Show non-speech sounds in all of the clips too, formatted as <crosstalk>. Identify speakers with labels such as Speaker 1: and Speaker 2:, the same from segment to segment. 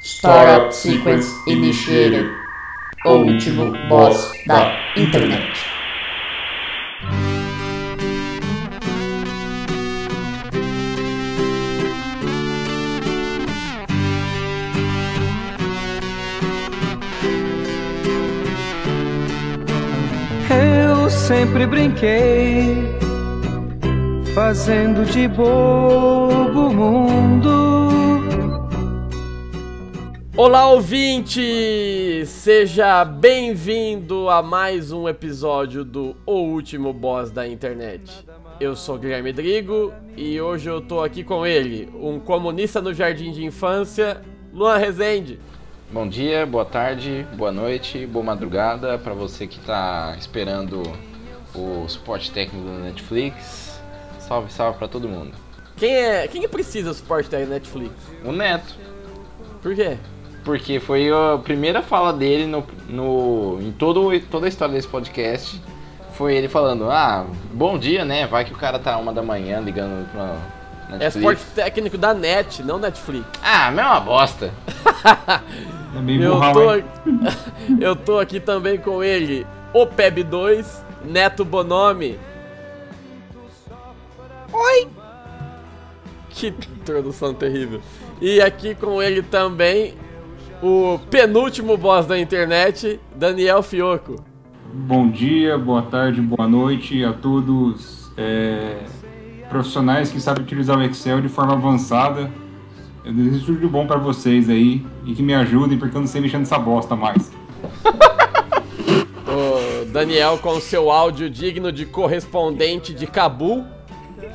Speaker 1: Startup Sequence Initiated, o último boss da internet.
Speaker 2: Eu sempre brinquei, fazendo de bobo o mundo.
Speaker 3: Olá, ouvinte! Seja bem-vindo a mais um episódio do O Último Boss da Internet. Eu sou Guilherme Drigo e hoje eu tô aqui com ele, um comunista no jardim de infância, Luan Rezende.
Speaker 4: Bom dia, boa tarde, boa noite, boa madrugada para você que tá esperando o suporte técnico da Netflix. Salve, salve para todo mundo.
Speaker 3: Quem é. Quem que precisa do suporte da Netflix?
Speaker 4: O Neto,
Speaker 3: Por quê?
Speaker 4: porque foi a primeira fala dele no, no em todo, toda a história desse podcast. Foi ele falando: "Ah, bom dia, né? Vai que o cara tá uma da manhã ligando pra
Speaker 3: É
Speaker 4: Netflix".
Speaker 3: suporte técnico da Net, não Netflix.
Speaker 4: Ah, mas é uma bosta.
Speaker 5: É meio
Speaker 3: Eu
Speaker 5: burral,
Speaker 3: tô,
Speaker 5: hein?
Speaker 3: aqui- <laughs> eu tô aqui também com ele, o Peb2, Neto Bonomi. Oi! Que introdução terrível. E aqui com ele também, o penúltimo boss da internet, Daniel Fioco.
Speaker 5: Bom dia, boa tarde, boa noite a todos é, profissionais que sabem utilizar o Excel de forma avançada. Eu desejo tudo de bom pra vocês aí e que me ajudem, porque eu não sei mexer nessa bosta mais.
Speaker 3: O Daniel com seu áudio digno de correspondente de Cabul.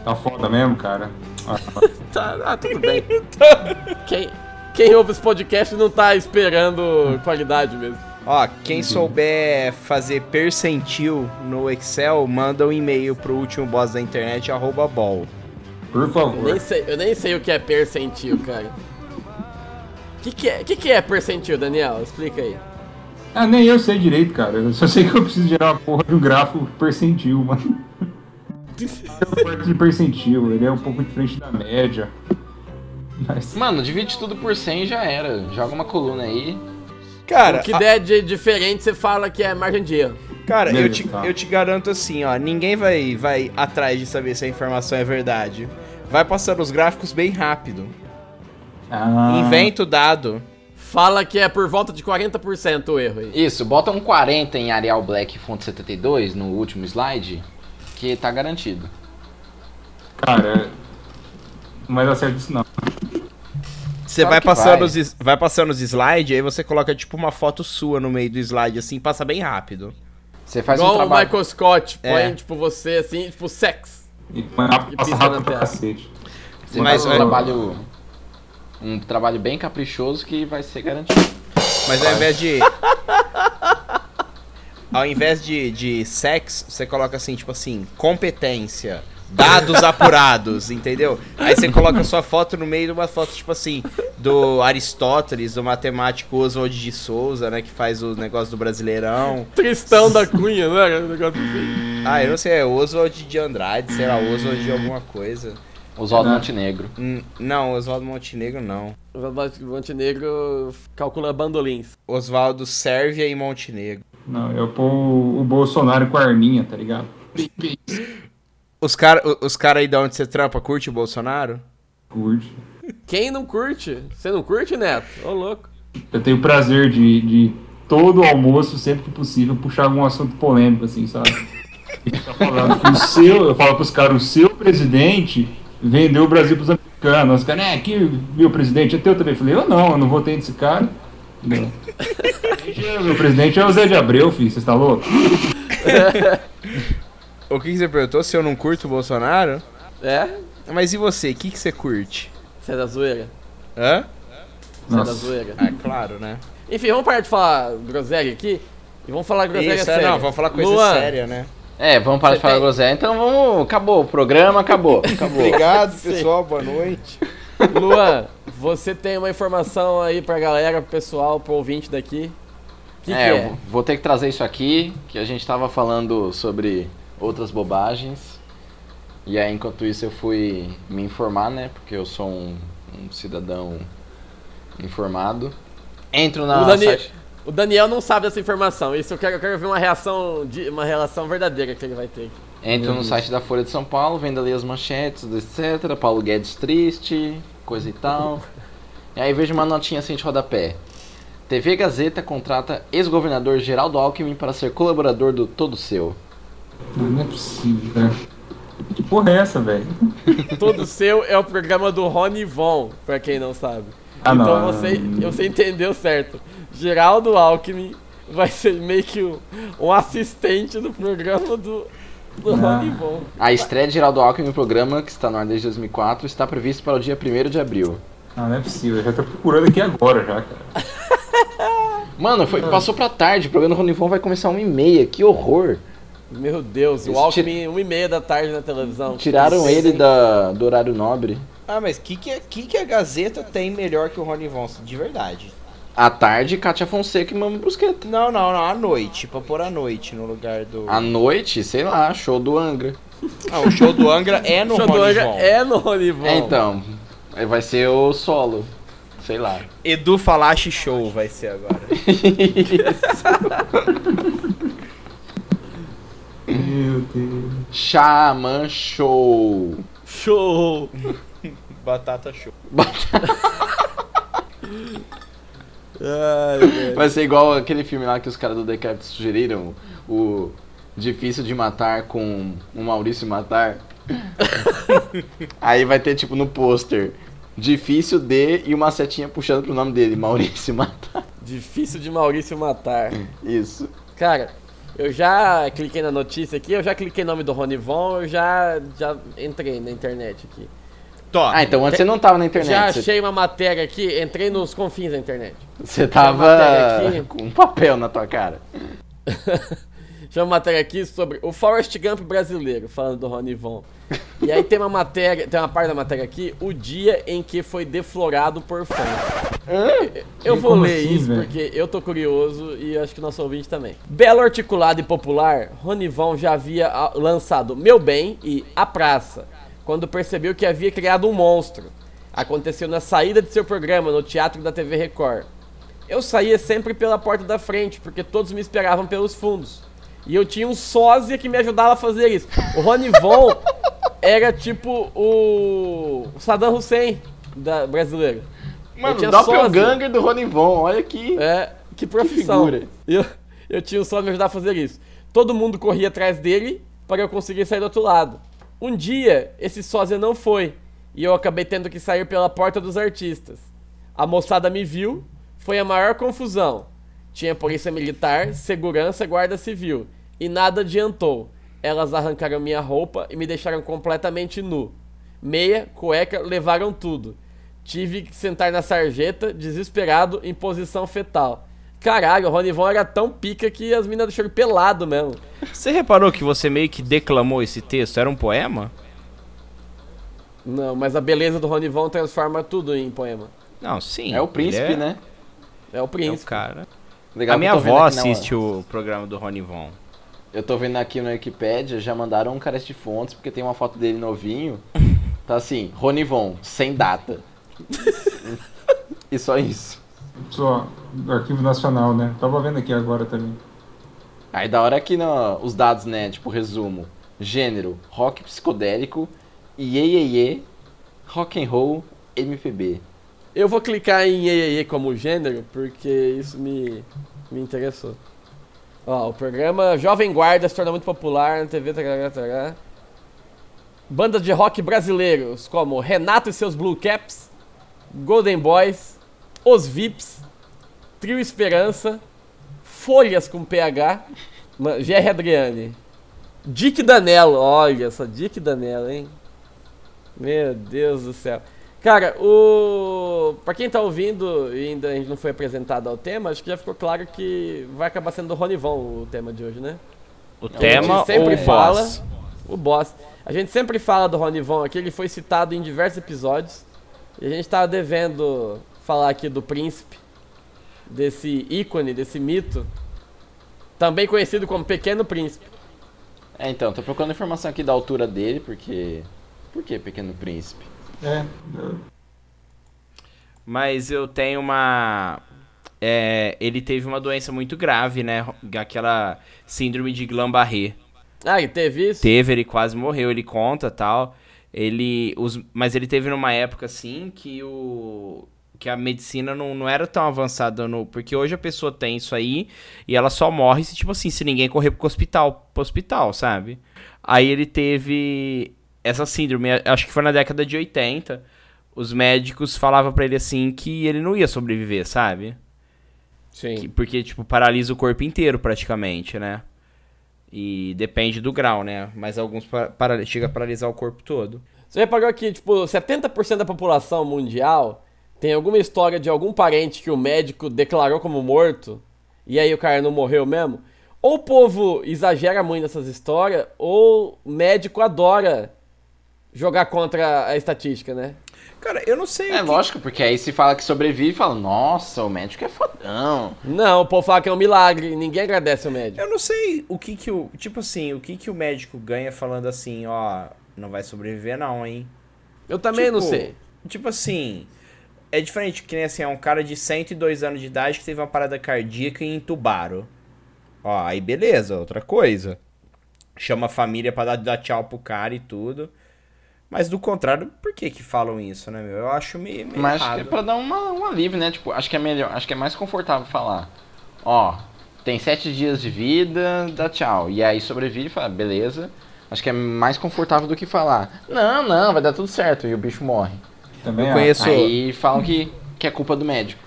Speaker 5: Tá foda mesmo, cara. Ah,
Speaker 3: Tá, ah, tudo bem. <laughs> Quem, quem ouve esse podcast não tá esperando qualidade mesmo.
Speaker 6: Ó, quem souber fazer percentil no Excel, manda um e-mail pro último boss da internet, arroba bol.
Speaker 5: Por
Speaker 3: Eu
Speaker 5: favor.
Speaker 3: nem sei, eu nem sei o que é percentil, cara. O que, que, é, que, que é percentil, Daniel? Explica aí.
Speaker 5: Ah, nem eu sei direito, cara. Eu só sei que eu preciso gerar uma porra de um gráfico percentil, mano. Eu parto de percentil, ele é um pouco diferente da média. Mas
Speaker 4: Mano, divide tudo por 100 já era. Joga uma coluna aí.
Speaker 6: Cara,
Speaker 3: O
Speaker 4: Ah.
Speaker 3: que
Speaker 6: a-
Speaker 3: der de diferente, você fala que é margem de erro.
Speaker 6: cara eu,
Speaker 5: Beleza,
Speaker 6: te,
Speaker 5: tá.
Speaker 6: eu te garanto assim, ó, ninguém vai, vai atrás de saber se a informação é verdade. Vai passando os gráficos bem rápido.
Speaker 5: Ah,
Speaker 6: Inventa o dado.
Speaker 3: Fala que é por volta de 40% o erro aí.
Speaker 4: Isso, bota um 40 em Arial Black fonte 72 no último slide, que tá garantido.
Speaker 5: Cara, não vai dar certo isso não.
Speaker 6: Você
Speaker 4: Claro
Speaker 6: vai
Speaker 4: que
Speaker 6: passando,
Speaker 4: vai.
Speaker 6: Os, is- vai passando os slides, aí você coloca tipo uma foto sua no meio do slide, assim, passa bem rápido.
Speaker 4: Você faz um
Speaker 3: Igual o
Speaker 4: trabalho.
Speaker 3: Michael Scott, põe
Speaker 6: É.
Speaker 3: tipo você assim, tipo sex.
Speaker 5: E põe rápido,
Speaker 3: E
Speaker 5: passa
Speaker 3: pisa
Speaker 5: rápido
Speaker 3: na
Speaker 5: pra
Speaker 3: tela.
Speaker 5: cacete.
Speaker 4: Você
Speaker 6: Mas,
Speaker 4: faz um
Speaker 6: é.
Speaker 4: trabalho. Um trabalho bem caprichoso que vai ser garantido.
Speaker 6: Mas ao invés de. <laughs> ao invés de, de sexo, você coloca assim, tipo assim, competência. Dados <laughs> apurados, entendeu? Aí você coloca sua foto no meio de uma foto, tipo assim, do Aristóteles, do matemático Oswald de Souza, né? Que faz o negócio do Brasileirão.
Speaker 3: Tristão da Cunha, não era? Um negócio assim.
Speaker 4: Hum.
Speaker 6: Ah, eu não sei, é Oswald de Andrade, sei lá, Oswald de alguma coisa.
Speaker 4: Oswaldo
Speaker 5: Ah.
Speaker 4: Montenegro.
Speaker 6: Hum, não, Oswaldo Montenegro não.
Speaker 3: O Montenegro calcula bandolins.
Speaker 6: Oswaldo Sérvia e Montenegro.
Speaker 5: Não, eu pôr o, o Bolsonaro com a arminha, tá ligado?
Speaker 6: Os caras os cara aí da onde você trampa curte o Bolsonaro?
Speaker 5: Curte.
Speaker 3: Quem não curte? Você não curte, Neto? Ô, louco.
Speaker 5: Eu tenho o prazer de, de todo almoço, sempre que possível, puxar algum assunto polêmico, assim, sabe?
Speaker 3: <laughs>
Speaker 5: E ficar falando que o seu, eu falo pros caras, o seu presidente vendeu o Brasil pros americanos. Os caras, é, que meu presidente é teu também. Eu falei, eu não, eu não votei nesse cara. Não.
Speaker 3: <laughs>
Speaker 5: Meu presidente é o Zé de Abreu, filho, você tá louco?
Speaker 6: O que, que você perguntou? Se eu não curto o Bolsonaro?
Speaker 3: É?
Speaker 6: Mas e você? O que, que você curte?
Speaker 3: Você é da zoeira?
Speaker 6: Hã?
Speaker 3: Você é da
Speaker 5: Nossa.
Speaker 3: zoeira?
Speaker 6: Ah, claro, né?
Speaker 3: Enfim, vamos parar de falar groselha aqui e vamos falar groselha
Speaker 6: Isso, é,
Speaker 3: séria.
Speaker 6: não, vamos falar coisa
Speaker 3: Luan,
Speaker 6: séria, né?
Speaker 4: É, vamos parar
Speaker 3: Você
Speaker 4: de falar
Speaker 3: tem-
Speaker 4: groselha. Então vamos. Acabou o programa, acabou.
Speaker 3: <laughs>
Speaker 4: Acabou.
Speaker 6: Obrigado, pessoal, boa noite.
Speaker 3: Luan, você tem uma informação aí pra galera, pro pessoal, pro ouvinte daqui. O que,
Speaker 4: é,
Speaker 3: que
Speaker 4: eu vou- vou ter que trazer isso aqui, que a gente tava falando sobre outras bobagens. E aí, enquanto isso, eu fui me informar, né? Porque eu sou um, um cidadão informado. Entro na
Speaker 3: O, Dani-
Speaker 4: site-
Speaker 3: o Daniel não sabe dessa informação. Isso eu quero, eu quero ver uma reação, de, uma relação verdadeira que ele vai ter.
Speaker 4: Entro
Speaker 3: Uhum.
Speaker 4: no site da Folha de São Paulo, vendo ali as manchetes, etc. Paulo Guedes triste, coisa e tal. E aí vejo uma notinha assim de rodapé. TV Gazeta contrata ex-governador Geraldo Alckmin para ser colaborador do Todo Seu.
Speaker 5: Não é possível, cara. Que porra é essa, velho?
Speaker 3: Todo seu é o programa do Rony Von, pra quem não sabe.
Speaker 5: Ah, não,
Speaker 3: então
Speaker 5: ah,
Speaker 3: você,
Speaker 5: não.
Speaker 3: você entendeu certo. Geraldo Alckmin vai ser meio que um, um assistente do programa do, do
Speaker 5: Ah.
Speaker 3: Rony Von.
Speaker 4: A estreia de Geraldo Alckmin no programa, que está no ar desde 2004, está prevista para o dia 1 de abril.
Speaker 5: Ah, não é possível. Eu já tô procurando aqui agora, já, cara.
Speaker 4: Mano, foi, passou pra tarde, o programa do Ronivon vai começar uma e meia, que horror.
Speaker 3: Meu Deus, o
Speaker 4: Eles
Speaker 3: Alckmin, uma e meia da tarde na televisão.
Speaker 4: Tiraram
Speaker 3: Isso,
Speaker 4: ele
Speaker 3: hein?
Speaker 4: da, do horário nobre.
Speaker 6: Ah, mas o que, que, é- que, que a Gazeta tem melhor que o Rony Vonson? De verdade.
Speaker 4: À tarde, Kátia Fonseca e Mama Brusqueta.
Speaker 6: Não, não, não. À noite. Pra pôr à noite no lugar do.
Speaker 4: À noite, sei lá, show do Angra.
Speaker 6: Ah, o show do Angra é no
Speaker 3: O Xandão
Speaker 6: Rony
Speaker 3: já
Speaker 6: Von.
Speaker 3: é no Rony Von.
Speaker 4: É, então, é, vai ser o solo. Sei lá.
Speaker 6: Edu Falache Show vai ser agora.
Speaker 5: Meu Deus.
Speaker 4: Xamã Show.
Speaker 3: Show!
Speaker 6: Batata Show.
Speaker 3: Ai, velho.
Speaker 4: Vai ser igual aquele filme lá que os caras do Decap sugeriram. O Difícil de Matar com o Maurício Matar. Aí vai ter tipo no pôster. Difícil de e uma setinha puxando pro nome dele, Maurício Matar.
Speaker 3: Difícil de Maurício matar.
Speaker 4: Isso.
Speaker 3: Cara, eu já cliquei na notícia aqui, eu já cliquei no nome do Rony Von, eu já, já entrei na internet aqui.
Speaker 6: Top.
Speaker 4: Ah, então antes você não tava na internet.
Speaker 3: Já
Speaker 4: você-
Speaker 3: achei uma matéria aqui, entrei nos confins da internet.
Speaker 4: Você
Speaker 3: matéria
Speaker 4: tava
Speaker 3: <laughs> aqui.
Speaker 4: <laughs> com um papel na tua cara.
Speaker 3: Tinha uma matéria aqui sobre o Forrest Gump brasileiro, falando do Rony Von. E aí tem uma matéria, tem uma parte da matéria aqui, o dia em que foi deflorado por fã. Eu vou
Speaker 5: Como
Speaker 3: ler
Speaker 5: assim,
Speaker 3: isso
Speaker 5: velho?
Speaker 3: porque eu tô curioso e acho que nosso ouvinte também. Belo articulado e popular, Rony Von já havia ah, lançado Meu Bem e A Praça, quando percebeu que havia criado um monstro. Aconteceu na saída de seu programa no teatro da TV Record. Eu saía sempre pela porta da frente, porque todos me esperavam pelos fundos. E eu tinha um sósia que me ajudava a fazer isso. O Rony
Speaker 5: <laughs>
Speaker 3: Von era tipo o, o Saddam Hussein da... brasileiro. Eu
Speaker 4: Mano,
Speaker 3: tinha
Speaker 4: doppelganger do Ronivon, olha que.
Speaker 3: É, que profissão.
Speaker 4: figura.
Speaker 3: eu, eu tinha um sonho de me ajudar a fazer isso. Todo mundo corria atrás dele para eu conseguir sair do outro lado. Um dia, esse sósia não foi. E eu acabei tendo que sair pela porta dos artistas. A moçada me viu, foi a maior confusão. Tinha polícia militar, segurança, guarda civil. E nada adiantou. Elas arrancaram minha roupa e me deixaram completamente nu. Meia, cueca, levaram tudo. Tive que sentar na sarjeta, desesperado, em posição fetal. Caralho, o Rony Von era tão pica que as minas deixaram ele pelado mesmo.
Speaker 6: Você reparou que você meio que declamou esse texto? Era um poema?
Speaker 3: Não, mas a beleza do Rony Von transforma tudo em poema.
Speaker 6: Não, sim.
Speaker 4: É o príncipe,
Speaker 6: ele é-
Speaker 4: né?
Speaker 3: É
Speaker 6: É
Speaker 3: o
Speaker 6: o
Speaker 3: príncipe.
Speaker 6: cara.
Speaker 4: Legal
Speaker 6: a
Speaker 4: que
Speaker 6: minha
Speaker 4: eu tô vendo
Speaker 6: avó
Speaker 4: aqui na- É um
Speaker 6: assiste o programa do Rony Von.
Speaker 4: Eu tô vendo aqui no Wikipedia, já mandaram um cara de fontes, porque tem uma foto dele
Speaker 6: <laughs>
Speaker 4: novinho. Tá assim, Ronivon, sem data. e só isso.
Speaker 5: Só do Arquivo Nacional, né? Tava vendo aqui agora também.
Speaker 4: Aí da hora aqui no, os dados, né? Tipo, resumo. Gênero, rock psicodélico, iê, rock and roll, MPB.
Speaker 3: Eu vou clicar em EEE como gênero, porque isso me, me interessou. Ó, o programa Jovem Guarda se torna muito popular na TV. tarará, tarará. Bandas de rock brasileiros, como Renato e seus Blue Caps, Golden Boys, Os Vips, Trio Esperança, Folhas com PH, Ma- GR Adriane. Dick Danello, olha essa Dick Danello, hein? Meu Deus do céu. Cara, o. Pra quem tá ouvindo e ainda a gente não foi apresentado ao tema, acho que já ficou claro que vai acabar sendo o Ronivon o tema de hoje, né?
Speaker 6: O tema
Speaker 3: sempre
Speaker 6: ou o
Speaker 3: fala.
Speaker 6: boss?
Speaker 3: O boss. A gente sempre fala do Ronivon aqui, ele foi citado em diversos episódios. E a gente tava devendo falar aqui do príncipe, desse ícone, desse mito, também conhecido como Pequeno Príncipe.
Speaker 4: É, então, tô procurando informação aqui da altura dele, porque. Por que Pequeno Príncipe?
Speaker 5: É.
Speaker 6: Mas eu tenho uma. é, ele teve uma doença muito grave, né? Aquela síndrome de Guillain-Barré.
Speaker 3: Ah, e teve isso?
Speaker 6: Teve, ele quase morreu, ele conta tal. Ele. Os, mas ele teve numa época assim que o. Que a medicina não, não era tão avançada no. Porque hoje a pessoa tem isso aí e ela só morre se, tipo assim, se ninguém correr pro hospital, pro hospital, sabe? Aí ele teve essa síndrome, acho que foi na década de 80. Os médicos falavam pra ele assim que ele não ia sobreviver, sabe?
Speaker 3: Sim.
Speaker 6: Que- porque, tipo, paralisa o corpo inteiro praticamente, né? E depende do grau, né? Mas alguns pa- para- chega a paralisar o corpo todo.
Speaker 3: Você reparou que, tipo, 70% da população mundial tem alguma história de algum parente que o médico declarou como morto e aí o cara não morreu mesmo? Ou o povo exagera muito nessas histórias, ou o médico adora jogar contra a estatística, né?
Speaker 6: Cara, eu não sei.
Speaker 4: É lógico, porque aí se fala que sobrevive, fala, nossa, o médico é fodão.
Speaker 3: Não, o povo fala que é um milagre, ninguém agradece o médico.
Speaker 6: Eu não sei o que que o. Tipo assim, o que que o médico ganha falando assim, ó, não vai sobreviver não, hein?
Speaker 3: Eu também não
Speaker 6: Tipo,
Speaker 3: sei.
Speaker 6: Tipo assim, é diferente, que nem assim, é um cara de 102 anos de idade que teve uma parada cardíaca e entubaram. Ó, aí beleza, outra coisa. Chama a família pra dar, dar tchau pro cara e tudo. Mas do contrário, por que que falam isso, né, meu? Eu acho meio, meio
Speaker 4: Mas acho que é
Speaker 6: errado.
Speaker 4: pra dar uma, um alívio, né? Tipo, acho que é melhor, acho que é mais confortável falar. Ó, tem sete dias de vida, dá tchau. E aí sobrevive e fala, beleza. Acho que é mais confortável do que falar. Não, não, vai dar tudo certo. E o bicho morre.
Speaker 5: Também é
Speaker 6: Eu
Speaker 5: acho.
Speaker 6: conheço,
Speaker 4: Aí falam que, que é culpa do médico.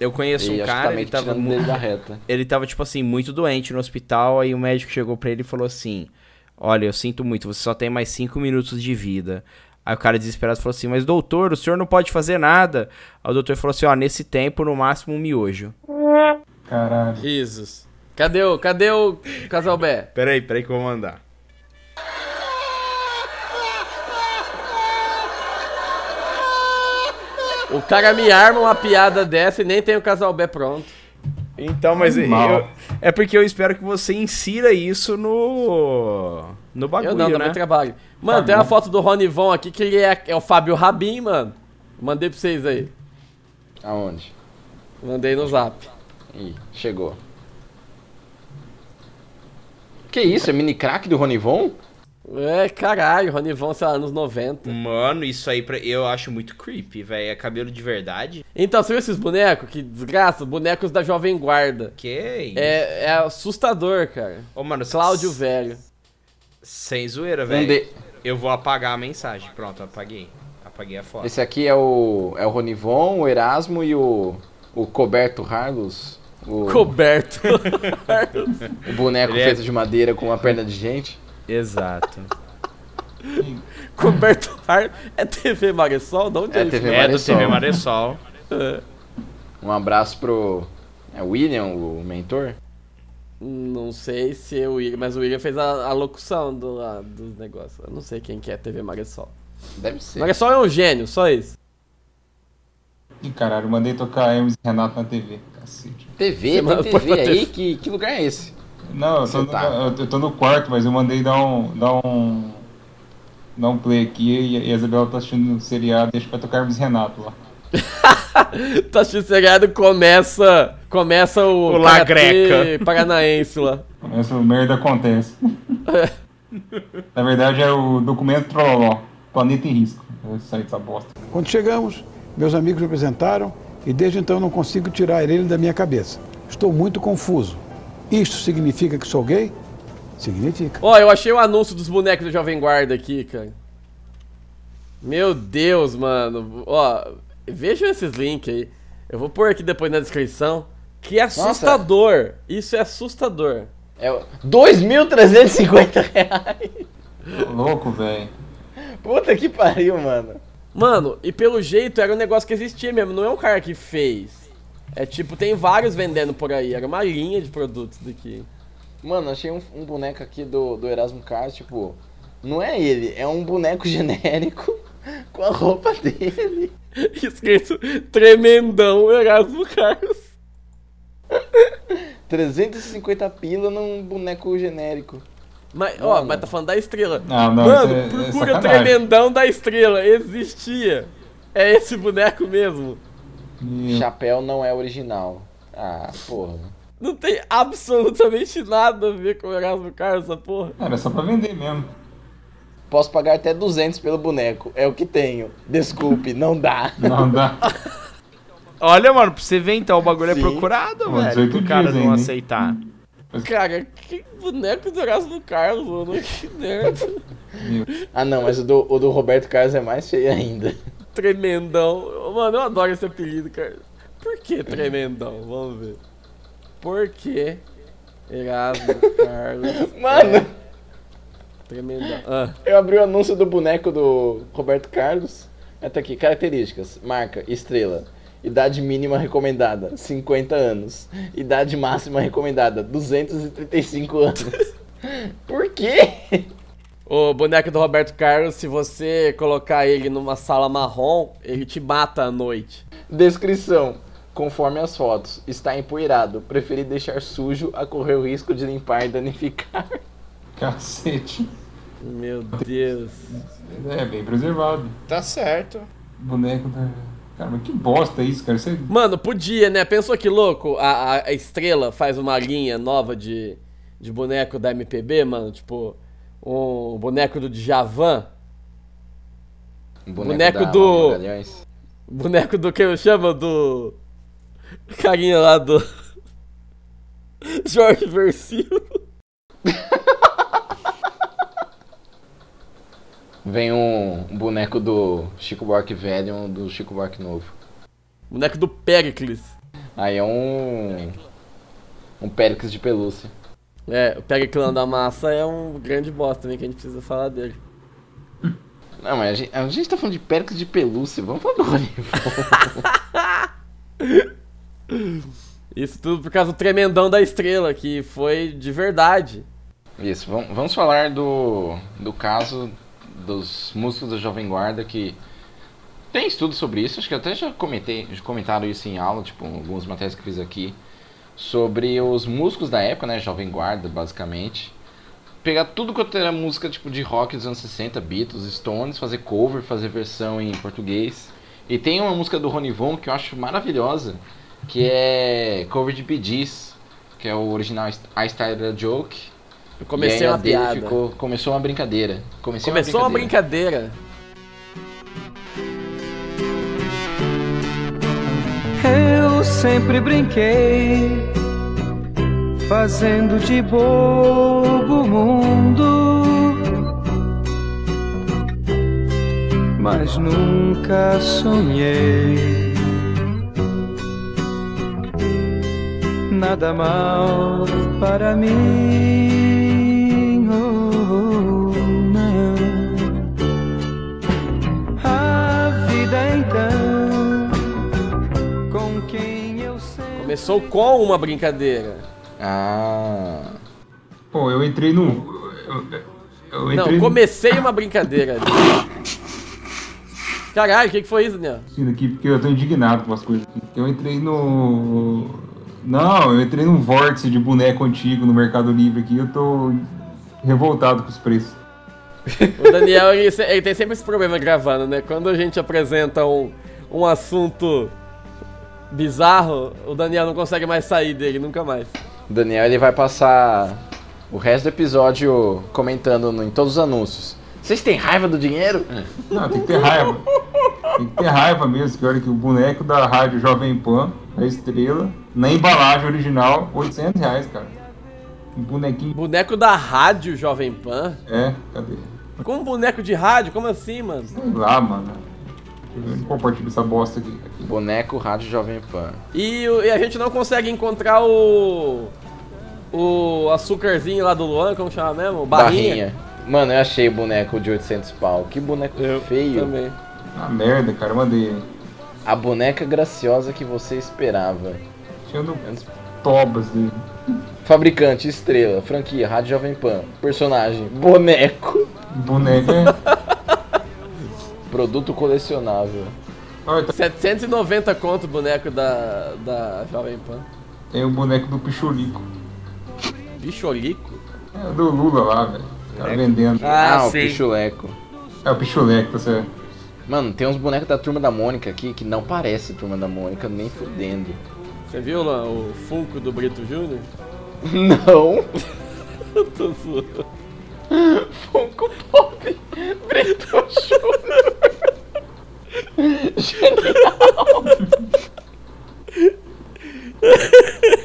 Speaker 6: eu conheço
Speaker 4: e
Speaker 6: um
Speaker 4: acho que tá
Speaker 6: cara,
Speaker 4: meio
Speaker 6: ele
Speaker 4: que
Speaker 6: tava
Speaker 4: tirando
Speaker 6: mu-
Speaker 4: dele da reta.
Speaker 6: ele tava, tipo assim, muito doente no hospital, aí o médico chegou pra ele e falou assim, olha, eu sinto muito, você só tem mais cinco minutos de vida. Aí o cara desesperado falou assim, mas doutor, o senhor não pode fazer nada. Aí o doutor falou assim, ó, nesse tempo, no máximo um miojo.
Speaker 5: Caralho.
Speaker 3: Risos. Cadê o, cadê o Casalbé?
Speaker 6: Peraí, peraí que eu vou mandar.
Speaker 3: O cara me arma uma piada dessa e nem tem o Casalbé pronto.
Speaker 6: Então, mas eu,
Speaker 5: Animal.
Speaker 6: é porque eu espero que você insira isso no no bagulho,
Speaker 3: Eu não, dá
Speaker 6: né?
Speaker 3: meu trabalho. Mano,
Speaker 5: Tá
Speaker 3: tem uma
Speaker 5: bom.
Speaker 3: foto do Ronivon aqui que ele é, é o Fábio Rabin, mano. Mandei pra vocês aí.
Speaker 4: Aonde?
Speaker 3: Mandei no zap.
Speaker 4: Ih, chegou. Que isso? É mini crack do Ronivon?
Speaker 3: É, caralho, Ronivon, sei lá, anos
Speaker 6: Hum.
Speaker 3: 90.
Speaker 6: Mano, isso aí pra- eu acho muito creepy, velho. É cabelo de verdade?
Speaker 3: Então, você viu esses bonecos? Que desgraça, bonecos da Jovem Guarda.
Speaker 6: Que isso?
Speaker 3: É, é assustador, cara.
Speaker 6: Ô, mano,
Speaker 3: Cláudio
Speaker 6: s-
Speaker 3: Velho.
Speaker 6: Sem zoeira,
Speaker 4: Um
Speaker 6: velho.
Speaker 4: de...
Speaker 6: Eu vou apagar a mensagem. Pronto, apaguei. Apaguei a foto.
Speaker 4: Esse aqui é o, é o Ronivon, o Erasmo e o, o Coberto Harlos. O,
Speaker 3: Coberto. <laughs>
Speaker 4: o boneco
Speaker 6: Ele é-
Speaker 4: feito de madeira com uma perna de gente.
Speaker 6: Exato.
Speaker 3: Coberto Har- É TV Marisol? De onde
Speaker 4: É
Speaker 3: isso? É.
Speaker 4: TV
Speaker 6: é do
Speaker 4: Maressol.
Speaker 6: TV Maressol.
Speaker 4: Um abraço pro é o William, o mentor.
Speaker 3: Não sei se o William, mas o William fez a, a locução do, lá, dos negócios. Eu não sei quem que é TV Marisol.
Speaker 4: Deve ser.
Speaker 3: Marisol é um gênio, só isso. <laughs>
Speaker 5: Ih, caralho, mandei tocar Hermes e Renato na TV. Cacete.
Speaker 4: TV,
Speaker 3: Você põe
Speaker 4: tem
Speaker 3: pra
Speaker 4: TV aí?
Speaker 3: TV.
Speaker 4: Que, que lugar é esse?
Speaker 5: Não, eu
Speaker 4: Você
Speaker 5: tô,
Speaker 4: tá.
Speaker 5: no, eu- eu tô no quarto, mas eu mandei dar um. dar um. dar um play aqui e e a Isabela tá assistindo um seriado deixa pra tocar Hermes e Renato lá.
Speaker 3: Tá sossegado, começa. Começa o.
Speaker 6: O La
Speaker 3: karatê
Speaker 6: Greca.
Speaker 3: <laughs> Paranaense lá.
Speaker 5: Essa merda acontece. Na verdade é o documento Trololó, Planeta em Risco. Eu saí dessa bosta.
Speaker 7: Quando chegamos, meus amigos me apresentaram e desde então não consigo tirar ele da minha cabeça. Estou muito confuso. Isto significa que sou gay? Significa.
Speaker 3: Ó, eu achei o anúncio dos bonecos do Jovem Guarda aqui, cara. Meu Deus, mano. Ó, vejam esses links aí. Eu vou pôr aqui depois na descrição. Que é assustador. Isso é assustador.
Speaker 4: É o- 2.350 reais.
Speaker 5: Tô Louco, velho.
Speaker 4: Puta que pariu, mano.
Speaker 3: Mano, e pelo jeito era um negócio que existia mesmo, não é um cara que fez. É tipo, tem vários vendendo por aí, era uma linha de produtos daqui.
Speaker 4: Mano, achei um, um boneco aqui do, do Erasmo Carlos, tipo, não é ele, é um boneco genérico <laughs> com a roupa dele.
Speaker 3: <laughs> Escrito tremendão Erasmo Carlos.
Speaker 4: 350 pila num boneco genérico.
Speaker 3: Mas, ó,
Speaker 4: Mano.
Speaker 3: mas tá falando da estrela.
Speaker 5: Ah, não,
Speaker 3: Mano,
Speaker 5: isso é- é
Speaker 3: procura
Speaker 5: sacanagem.
Speaker 3: tremendão da estrela, existia. É esse boneco mesmo.
Speaker 4: Chapéu não é original. Ah, porra.
Speaker 3: Não tem absolutamente nada a ver com o Erasmo Carlos, essa porra.
Speaker 5: Era só pra vender mesmo.
Speaker 4: Posso pagar até 200 pelo boneco. É o que tenho. Desculpe, não dá.
Speaker 5: Não dá.
Speaker 6: Olha, mano, pra você ver então, o bagulho
Speaker 4: Sim.
Speaker 6: é procurado,
Speaker 5: Uns
Speaker 6: velho.
Speaker 5: oito
Speaker 6: Pro cara
Speaker 5: dias
Speaker 6: não
Speaker 5: ainda, hein?
Speaker 6: aceitar.
Speaker 3: Cara, que boneco do Erasmo Carlos, mano. Que merda.
Speaker 4: Ah, não, mas o do, o do Roberto Carlos é mais feio ainda.
Speaker 3: Tremendão. Mano, eu adoro esse apelido, cara. Por que tremendão? Vamos ver. Por que Erasmo Carlos
Speaker 4: Mano,
Speaker 3: tremendão? Ah,
Speaker 4: É. eu abri o anúncio do boneco do Roberto Carlos. Aí Tá aqui, características, marca, estrela, idade mínima recomendada, 50 anos, idade máxima recomendada, 235 anos. Por quê?
Speaker 3: o boneco do Roberto Carlos, se você colocar ele numa sala marrom, ele te mata à noite.
Speaker 4: Descrição. Conforme as fotos, está empoeirado, preferi deixar sujo a correr o risco de limpar e danificar.
Speaker 5: Cacete.
Speaker 3: Meu Deus.
Speaker 5: É, bem preservado.
Speaker 6: Tá certo.
Speaker 5: Boneco da. Cara, mas que bosta isso, cara. Isso é
Speaker 3: Mano, podia, né? Pensou que louco? A, a- a estrela faz uma linha nova de, de boneco da MPB, mano. Tipo, um boneco do Djavan. Boneco
Speaker 4: da
Speaker 3: do-
Speaker 4: Manuel Magalhães.
Speaker 3: Um Boneco do que eu chamo do. Carinha lá do. <laughs> Jorge Versilo.
Speaker 4: Vem um boneco do Chico Buarque velho e um do Chico Buarque novo.
Speaker 3: Boneco do Pericles.
Speaker 4: Aí é um. Um Péricles de pelúcia.
Speaker 3: É, o Periclão da Massa é um grande bosta também que a gente precisa falar dele.
Speaker 4: Não, mas a gente, a gente tá falando de Péricles de pelúcia. Vamos falar do Orifão.
Speaker 3: Isso tudo por causa do tremendão da estrela, que foi de verdade.
Speaker 4: Isso, vamos, vamos falar do, do caso dos músicos da Jovem Guarda que tem estudo sobre isso, acho que até já comentei, já comentaram isso em aula, tipo, em algumas matérias que eu fiz aqui, sobre os músicos da época, né, Jovem Guarda, basicamente. Pegar tudo quanto era música tipo de rock dos anos 60, Beatles, Stones, fazer cover, fazer versão em português. E tem uma música do Rony Von que eu acho maravilhosa, que é cover de Bee Gees, que é o original I Started a Joke.
Speaker 3: Eu
Speaker 4: E
Speaker 3: comecei
Speaker 4: aí a
Speaker 3: uma
Speaker 4: dele
Speaker 3: piada.
Speaker 4: ficou- começou uma brincadeira. Comecei
Speaker 3: Começou
Speaker 4: uma
Speaker 3: uma
Speaker 4: brincadeira.
Speaker 3: brincadeira.
Speaker 2: Eu sempre brinquei, fazendo de bobo o mundo, mas nunca sonhei. Nada mal para mim, oh, não. A vida então com quem eu sei.
Speaker 3: Começou com uma brincadeira.
Speaker 4: Ah.
Speaker 5: Pô, eu entrei no. Eu, eu- eu entrei
Speaker 3: Não,
Speaker 5: no-
Speaker 3: comecei uma brincadeira. Caralho, o que, que foi isso, Daniel?
Speaker 5: assistindo aqui porque eu tô indignado com as coisas. aqui. Eu entrei no. Não, eu entrei num vórtice de boneco antigo no Mercado Livre aqui. Eu tô revoltado com os preços.
Speaker 3: O Daniel, ele, se- ele tem sempre esse problema gravando, né? Quando a gente apresenta um, um assunto bizarro, o Daniel não consegue mais sair dele, nunca mais.
Speaker 4: O Daniel ele vai passar o resto do episódio comentando no- em todos os anúncios. Vocês têm raiva do dinheiro?
Speaker 3: É.
Speaker 5: Não, tem que ter raiva. Tem que ter raiva mesmo, que olha que o boneco da rádio Jovem Pan, a estrela, na embalagem original, 800 reais, cara. Um bonequinho.
Speaker 3: Boneco da rádio Jovem Pan?
Speaker 5: É, cadê?
Speaker 3: Como boneco de rádio? Como assim, mano?
Speaker 5: Sei lá, mano. Eu não compartilho essa bosta aqui.
Speaker 4: Boneco Rádio Jovem Pan.
Speaker 3: E, o- e a gente não consegue encontrar o. O açúcarzinho lá do Luan, como chama mesmo? O Barrinha.
Speaker 4: Barrinha. Mano, eu achei o boneco de 800 pau. Que boneco feio.
Speaker 3: Também.
Speaker 5: Ah, merda, cara, eu mandei.
Speaker 4: A boneca graciosa que você esperava.
Speaker 5: Tinha no Tobas dele.
Speaker 4: Fabricante, estrela, franquia, Rádio Jovem Pan. Personagem, boneco.
Speaker 5: Boneco é.
Speaker 4: Produto colecionável.
Speaker 5: Olha, tá-
Speaker 3: 790 conto o boneco da, da Jovem Pan.
Speaker 5: tem o boneco do Pichurico.
Speaker 3: Bicholico?
Speaker 5: É do Lula lá, velho. Tá vendendo.
Speaker 4: Ah,
Speaker 6: Ah,
Speaker 4: o
Speaker 6: sim.
Speaker 4: pichuleco.
Speaker 5: É o Pichuleco, tá certo.
Speaker 4: Mano, tem uns bonecos da Turma da Mônica aqui que não parece Turma da Mônica, nem fudendo. <laughs>
Speaker 3: Você viu lá o Fulco do Brito Júnior? <laughs>
Speaker 4: Não!
Speaker 3: Eu tô zoando.
Speaker 4: Funko Pop! Brito Júnior!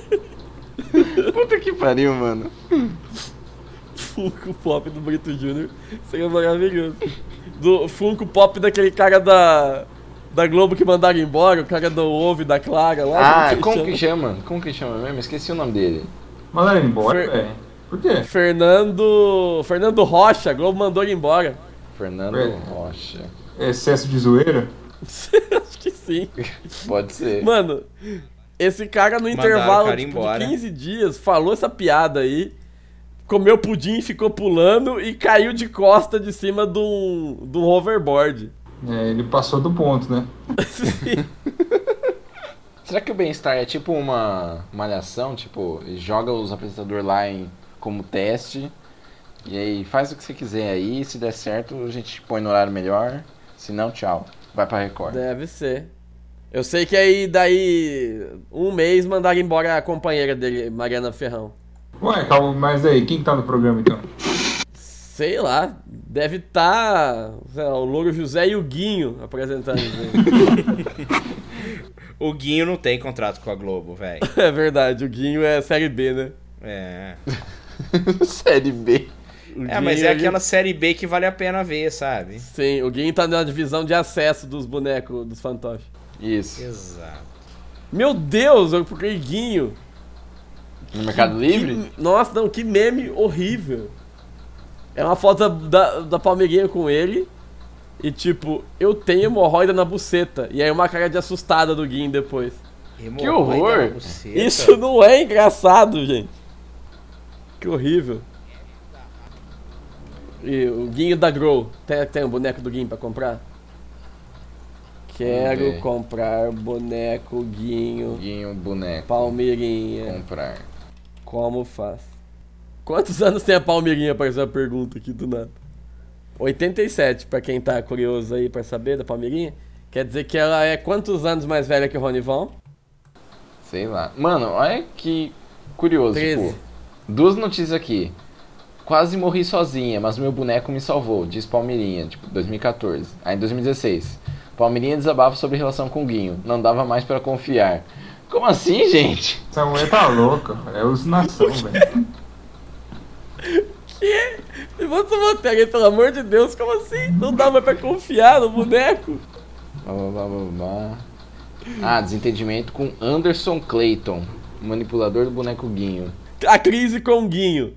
Speaker 4: Genial! Puta que pariu, mano.
Speaker 3: Funko Pop do Brito Júnior seria maravilhoso. Do Funko Pop daquele cara da. Da Globo que mandaram embora, o cara do ovo e da Clara lá.
Speaker 4: Ah,
Speaker 3: como
Speaker 4: como
Speaker 3: chama?
Speaker 4: que chama? Como que chama mesmo? Esqueci o nome dele.
Speaker 5: Mandaram ele embora,
Speaker 3: Fer-
Speaker 5: velho. Por quê?
Speaker 3: Fernando. Fernando Rocha, a Globo mandou ele embora.
Speaker 4: Fernando
Speaker 5: Fred.
Speaker 4: Rocha.
Speaker 5: É Excesso de zoeira?
Speaker 3: <laughs> Acho que sim.
Speaker 4: Pode ser.
Speaker 3: Mano, esse cara no
Speaker 6: Mandaram o
Speaker 3: intervalo
Speaker 6: cara
Speaker 3: tipo,
Speaker 6: embora.
Speaker 3: de 15 dias falou essa piada aí, comeu pudim, ficou pulando e caiu de costa de cima de um, de um hoverboard.
Speaker 5: É, ele passou do ponto, né?
Speaker 4: Será que o Bem-Estar é tipo uma malhação? Tipo, joga os apresentadores lá em, como teste. E aí faz o que você quiser aí. Se der certo, a gente põe no horário melhor. Se não, tchau. Vai pra Record.
Speaker 3: Deve ser. Eu sei que aí, daí, um mês mandaram embora a companheira dele, Mariana Ferrão.
Speaker 5: Ué, calma, mas aí, quem que tá no programa então?
Speaker 3: Sei lá, deve estar o Louro José e o Guinho apresentando. isso
Speaker 6: O Guinho não tem contrato com a Globo, velho.
Speaker 3: aí. <laughs> é verdade, o Guinho é Série B, né?
Speaker 6: É.
Speaker 4: <laughs> Série B.
Speaker 3: O
Speaker 6: É, mas
Speaker 3: Guinho,
Speaker 6: é
Speaker 3: ele-
Speaker 6: aquela série B que vale a pena ver, sabe?
Speaker 3: Sim, o Guinho tá na divisão de acesso dos bonecos, dos fantoches.
Speaker 4: Isso.
Speaker 6: Exato.
Speaker 3: Meu Deus, eu procurei Guinho.
Speaker 4: No Mercado Livre?
Speaker 3: Que- nossa, não, que meme horrível. É uma foto da, da Palmeirinha com ele. E tipo, eu tenho hemorroida na buceta. E aí uma cara de assustada do Guinho depois.
Speaker 4: Que horror!
Speaker 3: Isso não é engraçado, gente. Que horrível. E o Guinho da Grow. Tem, tem um boneco do Guinho pra comprar? Quero
Speaker 4: ver.
Speaker 3: comprar boneco Guinho
Speaker 4: Guinho, um boneco.
Speaker 3: Palmeirinha.
Speaker 4: Comprar.
Speaker 3: Como faz? Quantos anos tem a Palmeirinha? Parece uma pergunta aqui do nada. 87, pra quem tá curioso aí pra saber da Palmeirinha. Quer dizer que ela é quantos anos mais velha que o Ronivon?
Speaker 4: Sei lá. Mano, olha que curioso.
Speaker 3: 13.
Speaker 4: Pô. Duas notícias aqui. Quase morri sozinha, mas meu boneco me salvou, diz Palmeirinha, tipo, 2014. Aí em 2016. Palmeirinha desabafa sobre relação com o Guinho. Não dava mais pra confiar. Como assim, gente?
Speaker 5: Essa mulher tá louca, é alucinação, velho.
Speaker 3: Que? Levanta uma tag aí, pelo amor de Deus, como assim? Não dá mais pra confiar no boneco?
Speaker 4: Blá, blá, blá, blá, blá. Ah, desentendimento com Anderson Clayton, manipulador do boneco Guinho.
Speaker 3: A crise com o Guinho.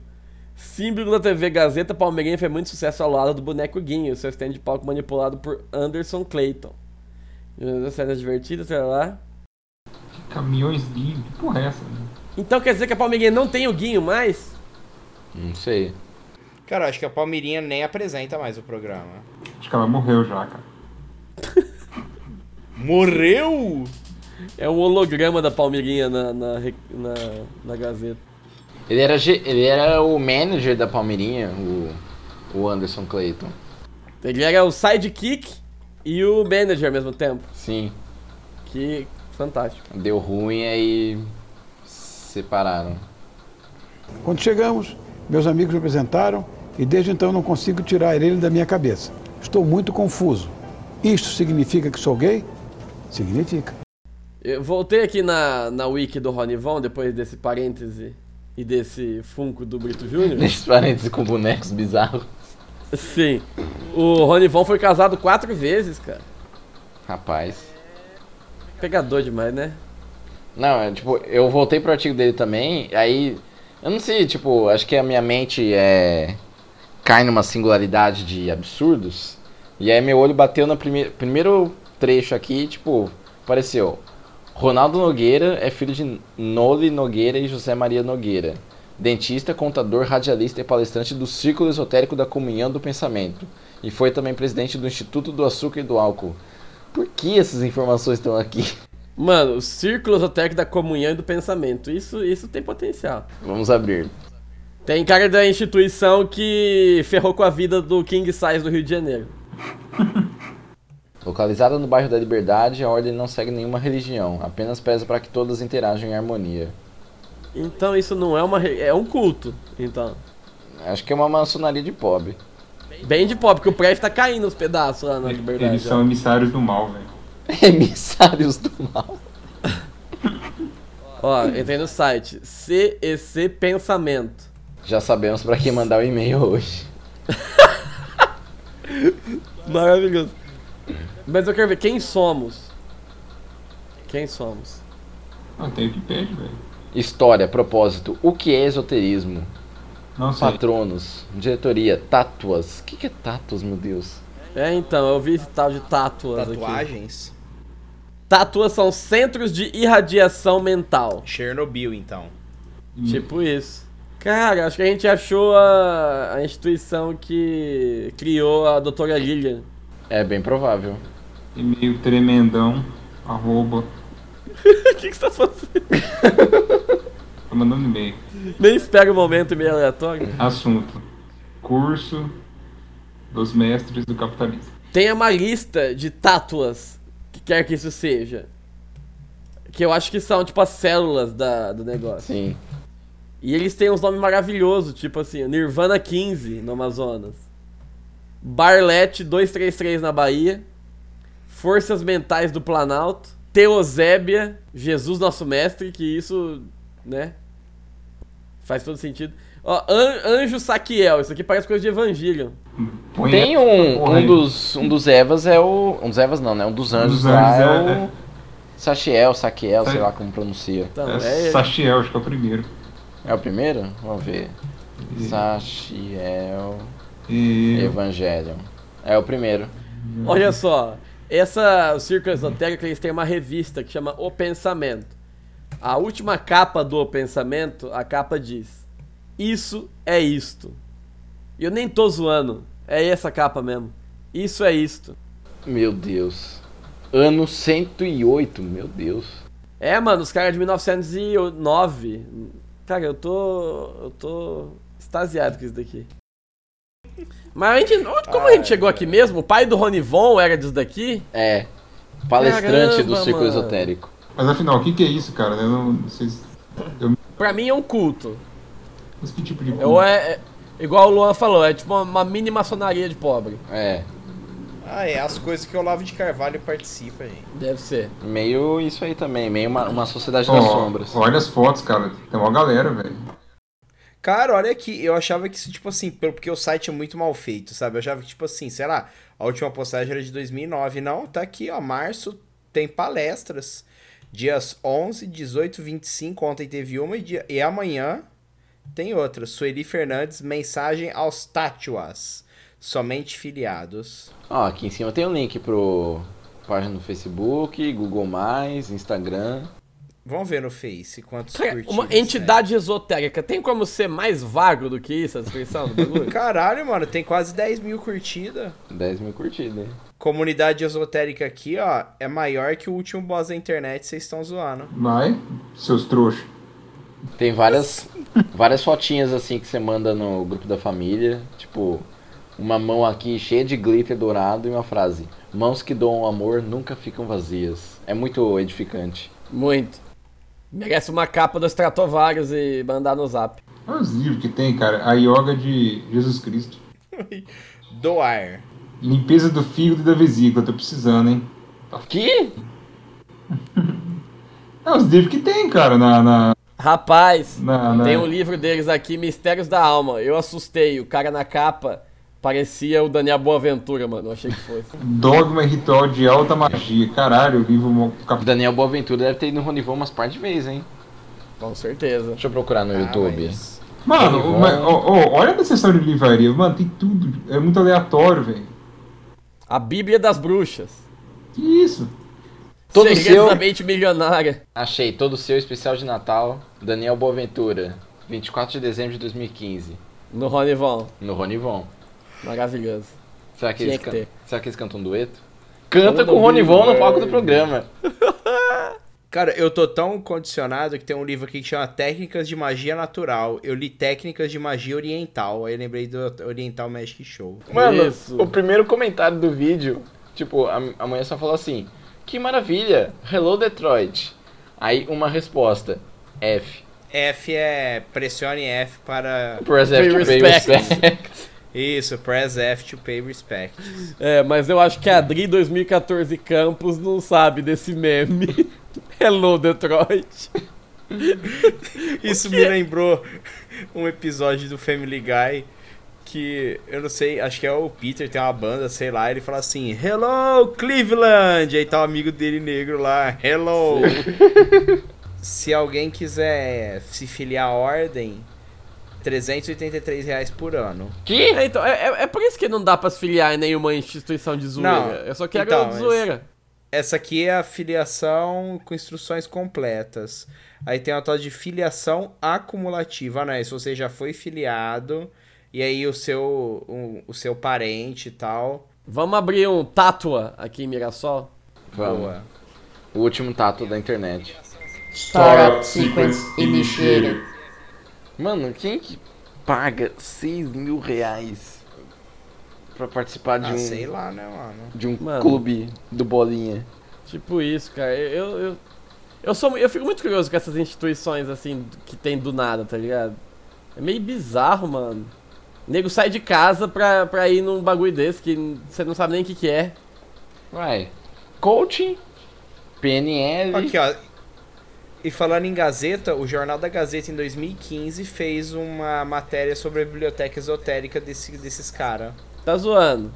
Speaker 3: Símbolo da TV Gazeta Palmeirinha foi muito sucesso ao lado do boneco Guinho, seu stand de palco manipulado por Anderson Clayton. Cenas divertidas, sei lá.
Speaker 5: Caminhões livres, que porra é essa? né?
Speaker 3: Então quer dizer que a Palmeirinha não tem o Guinho mais?
Speaker 4: Não sei.
Speaker 6: Cara, acho que a Palmeirinha nem apresenta mais o programa.
Speaker 5: Acho que ela morreu já, cara.
Speaker 6: Morreu?
Speaker 3: É o holograma da Palmeirinha na, na, re- na, na Gazeta.
Speaker 4: Ele era, ge- ele era o manager da Palmeirinha, o, o Anderson Clayton.
Speaker 3: Ele era o sidekick e o manager ao mesmo tempo.
Speaker 4: Sim.
Speaker 3: Que fantástico.
Speaker 4: Deu ruim aí separaram. <laughs>
Speaker 7: Quando chegamos, meus amigos me apresentaram e desde então não consigo tirar ele da minha cabeça. Estou muito confuso. Isto significa que sou gay? Significa.
Speaker 3: Eu voltei aqui na, na wiki do Ronivon, depois desse parêntese e desse funko do Brito
Speaker 4: <laughs>
Speaker 3: Júnior.
Speaker 4: Nesses parênteses com bonecos bizarros.
Speaker 3: Sim. O Ronivon foi casado quatro vezes, cara.
Speaker 4: Rapaz.
Speaker 3: Pegador demais, né?
Speaker 4: Não, é, tipo, eu voltei pro artigo dele também, aí. Eu não sei, tipo, acho que a minha mente é. cai numa singularidade de absurdos. E aí meu olho bateu no prime... primeiro trecho aqui, tipo, apareceu. Ronaldo Nogueira é filho de Noli Nogueira e José Maria Nogueira. Dentista, contador, radialista e palestrante do Círculo Esotérico da Comunhão do Pensamento. E foi também presidente do Instituto do Açúcar e do Álcool. Por que essas informações estão aqui? <laughs>
Speaker 3: Mano, o círculo esotérico da comunhão e do pensamento. Isso, isso tem potencial.
Speaker 4: Vamos abrir.
Speaker 3: Tem cara da instituição que ferrou com a vida do King Size do Rio de Janeiro.
Speaker 4: Localizada no bairro da Liberdade, a ordem não segue nenhuma religião, apenas preza para que todas interajam em harmonia.
Speaker 3: Então isso não é uma. re- É um culto. Então.
Speaker 4: Acho que é uma maçonaria de pobre. <laughs>
Speaker 3: Bem de pobre, porque o prédio tá caindo os pedaços lá
Speaker 4: É
Speaker 3: na liberdade.
Speaker 5: Eles são emissários do mal, velho.
Speaker 4: Emissários do mal.
Speaker 3: Ó, entrei no site. CEC Pensamento.
Speaker 4: Já sabemos para quem mandar o e-mail hoje.
Speaker 3: Maravilhoso. Mas eu quero ver, quem somos? Quem somos?
Speaker 5: Não, tem o que pede, velho.
Speaker 4: História, propósito, o que é esoterismo?
Speaker 5: Não sei.
Speaker 4: Patronos, diretoria, tátuas. O que, que é tátuas, meu Deus?
Speaker 3: É, então, eu vi esse tal de tátuas aqui.
Speaker 6: Tatuagens?
Speaker 3: Tátuas são centros de irradiação mental.
Speaker 6: Chernobyl, então.
Speaker 3: Tipo isso. Cara, acho que a gente achou a, a instituição que criou a doutora Lilian. <laughs>
Speaker 4: É bem provável.
Speaker 5: E-mail tremendão, arroba.
Speaker 3: O que, que você tá fazendo?
Speaker 5: Tô mandando e-mail.
Speaker 3: Nem espera o momento meio aleatório.
Speaker 5: Assunto. Curso dos mestres do capitalismo.
Speaker 3: Tenha uma lista de tátuas, que quer que isso seja. Que eu acho que são, tipo, as células da, do negócio.
Speaker 4: Sim.
Speaker 3: E eles têm uns nomes maravilhosos, tipo assim, Nirvana 15 no Amazonas. Barlete 233 na Bahia. Forças Mentais do Planalto. Teosébia, Jesus Nosso Mestre, que isso, né? Faz todo sentido. Ó, An- Anjo Saquiel, isso aqui parece coisa de Evangelho.
Speaker 5: Põe
Speaker 4: Tem um,
Speaker 5: Porra,
Speaker 4: um
Speaker 5: aí.
Speaker 4: dos um dos Evas é o um dos Evas não, né? Um dos anjos
Speaker 5: dos
Speaker 4: lá
Speaker 5: anjos,
Speaker 4: é o Sachiel, Saquiel,
Speaker 5: Sa-
Speaker 4: sei lá como pronuncia.
Speaker 3: Então,
Speaker 5: É
Speaker 3: é,
Speaker 5: Sachiel, acho que é o primeiro.
Speaker 4: É o primeiro? Vamos ver. Sachiel
Speaker 5: E...
Speaker 4: Evangelion. É o primeiro.
Speaker 3: Olha só, essa o Círculo Esotérico, eles têm uma revista que chama O Pensamento. A última capa do O Pensamento, a capa diz: Isso é isto. E eu nem tô zoando, é essa capa mesmo. Isso é isto.
Speaker 4: Meu Deus. Ano 108, meu Deus.
Speaker 3: É, mano, os caras de 1909. Cara, eu tô. Eu tô. extasiado com isso daqui. Mas a gente, onde- como a gente chegou aqui mesmo? O pai do Ronivon era disso daqui?
Speaker 4: É. Palestrante do
Speaker 3: Caramba,
Speaker 4: círculo
Speaker 3: mano.
Speaker 4: esotérico.
Speaker 5: Mas afinal, o que, que é isso, cara? Eu não, não sei. se-
Speaker 3: Pra mim é um culto.
Speaker 5: Mas que tipo de.
Speaker 3: É, Ou é, é- igual o Luan falou, é tipo uma, uma mini maçonaria de pobre.
Speaker 4: É.
Speaker 6: Ah, é as coisas que o Olavo de Carvalho participa, gente.
Speaker 3: Deve ser.
Speaker 4: Meio isso aí também, meio uma, uma sociedade das sombras.
Speaker 5: Ó, olha as fotos, cara. Tem uma galera, velho.
Speaker 6: Cara, olha aqui, eu achava que isso, tipo assim, pelo- porque o site é muito mal feito, sabe? Eu achava que, tipo assim, sei lá, a última postagem era de 2009. Não, tá aqui, ó, março tem palestras. Dias 11, 18, 25, ontem teve uma e, dia- e amanhã tem outra. Sueli Fernandes, mensagem aos tátuas, somente filiados.
Speaker 4: Ó, aqui em cima tem um link pro página no Facebook, Google+, Instagram.
Speaker 6: Vamos ver no Face quantos
Speaker 3: Cara,
Speaker 6: curtidas,
Speaker 3: uma
Speaker 4: é.
Speaker 6: né?
Speaker 3: entidade esotérica. Tem como ser mais vago do que isso, a descrição do
Speaker 4: <laughs>
Speaker 3: bagulho?
Speaker 6: Caralho, mano, tem quase 10 mil curtidas.
Speaker 4: 10 mil curtidas, hein?
Speaker 6: Comunidade esotérica aqui, ó, é maior que o último boss da internet, vocês estão zoando.
Speaker 5: Vai, seus trouxas.
Speaker 4: Tem várias, várias fotinhas assim que você manda no grupo da família. Tipo, uma mão aqui cheia de glitter dourado e uma frase. Mãos que doam amor nunca ficam vazias. É muito edificante.
Speaker 3: Muito. Merece uma capa dos Stratovarius e mandar no zap.
Speaker 5: Olha os livros que tem, cara. A Yoga de Jesus Cristo.
Speaker 6: Doar.
Speaker 5: Limpeza do fígado e da vesícula. Tô precisando, hein?
Speaker 4: Que?
Speaker 5: É os livros que tem, cara, na. na,
Speaker 3: Rapaz,
Speaker 5: na, na-
Speaker 3: tem um livro deles aqui, Mistérios da Alma. Eu assustei, o cara na capa parecia o Daniel Boaventura, mano. Eu achei que
Speaker 4: <laughs>
Speaker 3: fosse.
Speaker 5: Dogma e ritual de alta magia. Caralho, o livro. mo-
Speaker 4: O
Speaker 5: cap-
Speaker 4: Daniel Boaventura deve ter ido no Ronivon umas par de vezes, hein?
Speaker 3: Com certeza.
Speaker 4: Deixa eu procurar no YouTube.
Speaker 6: Ah, mas-
Speaker 5: Mano,
Speaker 4: Ronivon.
Speaker 5: o- mas- ó, ó, olha a sessão de livraria. Mano, tem tudo. É muito aleatório, velho.
Speaker 3: A Bíblia das Bruxas.
Speaker 5: Que isso?
Speaker 4: Todo
Speaker 3: Segredos
Speaker 4: seu.
Speaker 3: da mente milionária.
Speaker 4: Achei todo o seu especial de Natal, Daniel Boaventura, 24 de dezembro de 2015,
Speaker 3: No Ronivon.
Speaker 4: no Ronivon.
Speaker 3: Maravilhoso.
Speaker 4: Será que,
Speaker 3: Tinha
Speaker 4: eles,
Speaker 3: que
Speaker 4: can-
Speaker 3: ter.
Speaker 4: Será que eles cantam um dueto? Canta
Speaker 3: Vamos
Speaker 4: com o
Speaker 3: ouvir, né?
Speaker 4: Ronivon no
Speaker 3: velho.
Speaker 4: palco do programa.
Speaker 6: Cara, eu tô tão condicionado que tem um livro aqui que chama Técnicas de Magia Natural. Eu li Técnicas de Magia Oriental, aí eu lembrei do Oriental Magic Show.
Speaker 4: Mano,
Speaker 3: Isso.
Speaker 4: o primeiro comentário do vídeo Tipo, a, a mulher só falou assim: Que maravilha! Hello Detroit. Aí uma resposta: F.
Speaker 6: F é pressione F para.
Speaker 4: Press F to pay
Speaker 3: respect.
Speaker 4: respect.
Speaker 6: Isso, press F to pay respect.
Speaker 3: É, mas eu acho que a Adri 2014 Campos não sabe desse meme. <laughs> Hello, Detroit.
Speaker 6: <laughs> Isso me lembrou um episódio do Family Guy que eu não sei, acho que é o Peter, tem uma banda, sei lá, ele fala assim: Hello, Cleveland! Aí tá o amigo dele negro lá, Hello! se alguém quiser se filiar à ordem, 383 reais por ano.
Speaker 4: Que?
Speaker 3: É, então, é, é- é por isso que não dá pra se filiar em nenhuma instituição de zoeira.
Speaker 6: Não,
Speaker 3: eu só quero
Speaker 6: então,
Speaker 3: de
Speaker 6: mas-
Speaker 3: zoeira.
Speaker 6: Essa aqui é a filiação com instruções completas. Aí tem a tal de filiação acumulativa, né? Se você já foi filiado e aí o seu, o, o seu parente e tal.
Speaker 3: Vamos abrir um tátua aqui em Mirassol?
Speaker 4: Vamos.
Speaker 6: Boa.
Speaker 4: <laughs> O último tato da internet.
Speaker 1: Startup sequence initiated.
Speaker 4: Mano, quem que paga 6 mil reais pra participar de
Speaker 6: Ah,
Speaker 4: um,
Speaker 6: sei lá, né, mano?
Speaker 4: de um
Speaker 3: Mano.
Speaker 4: clube do Bolinha?
Speaker 3: Tipo isso, cara. Eu, eu, eu, eu sou, eu fico muito curioso com essas instituições, assim, que tem do nada, tá ligado? É meio bizarro, mano. O nego sai de casa pra, pra ir num bagulho desse que você não sabe nem o que, que é.
Speaker 4: Vai. Coaching, PNL.
Speaker 6: Aqui, ó. E falando em Gazeta, o Jornal da Gazeta em 2015 fez uma matéria sobre a biblioteca esotérica desse, desses caras.
Speaker 3: Tá zoando.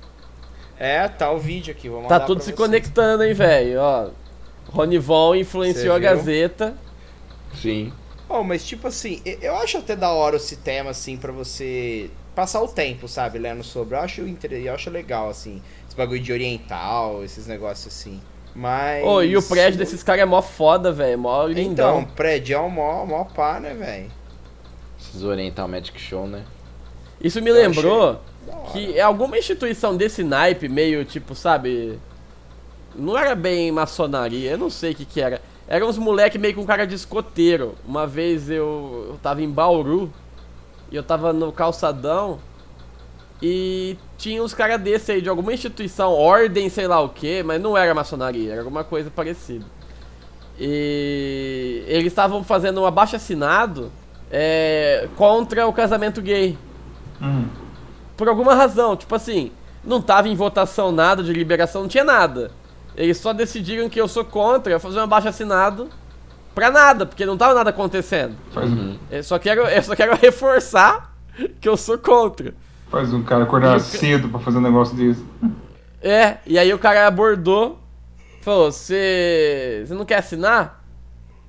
Speaker 6: É, tá o vídeo aqui, vou mandar
Speaker 3: Tá tudo
Speaker 6: pra
Speaker 3: se
Speaker 6: vocês.
Speaker 3: conectando, hein, velho. Ó, Ronivon influenciou a
Speaker 6: Cê viu?
Speaker 3: Gazeta.
Speaker 4: Sim.
Speaker 6: Oh, mas tipo assim, e- eu acho até da hora esse tema, assim, pra você passar o tempo, sabe, lendo sobre. Eu acho, inter... eu acho legal, assim, esse bagulho de oriental, esses negócios assim. Mas.
Speaker 3: Ô, e o prédio desses caras é mó foda, velho. Mó
Speaker 6: Então,
Speaker 3: lindão.
Speaker 6: prédio é o mó, mó pá, né, velho?
Speaker 4: Esses Oriental Magic Show, né?
Speaker 3: Isso me
Speaker 6: eu
Speaker 3: lembrou
Speaker 6: Da hora.
Speaker 3: que é alguma instituição desse naipe, meio tipo, sabe? Não era bem maçonaria, eu não sei o que que era. Eram uns moleque meio com cara de escoteiro. Uma vez eu, eu tava em Bauru e eu tava no calçadão e tinha uns caras desse aí de alguma instituição, ordem, sei lá o que, mas não era maçonaria, era alguma coisa parecida. E eles estavam fazendo um abaixo assinado contra o casamento gay
Speaker 5: Hum.
Speaker 3: por alguma razão, tipo assim, não tava em votação nada de liberação, não tinha nada. Eles só decidiram que eu sou contra, eu fazer um abaixo assinado pra nada, porque não tava nada acontecendo.
Speaker 5: Faz, um,
Speaker 4: Uhum.
Speaker 3: Eu só quero, eu só quero <laughs> reforçar que eu sou contra.
Speaker 5: faz um cara acordar cedo pra fazer um negócio desse.
Speaker 3: É, e aí o cara abordou, falou, você não quer assinar?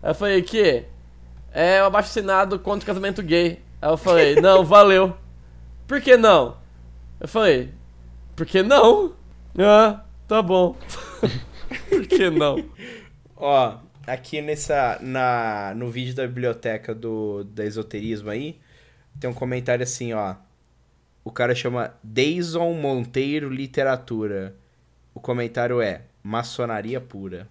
Speaker 3: Aí eu falei, que? É o abaixo assinado contra o casamento gay. Aí eu falei, não, valeu. Por que não? Eu falei, por que não? Ah, tá bom. <laughs> por que não?
Speaker 6: Ó, aqui nessa na no vídeo da biblioteca do da esoterismo aí, tem um comentário assim, ó. O cara chama Deison Monteiro Literatura. O comentário é: maçonaria pura.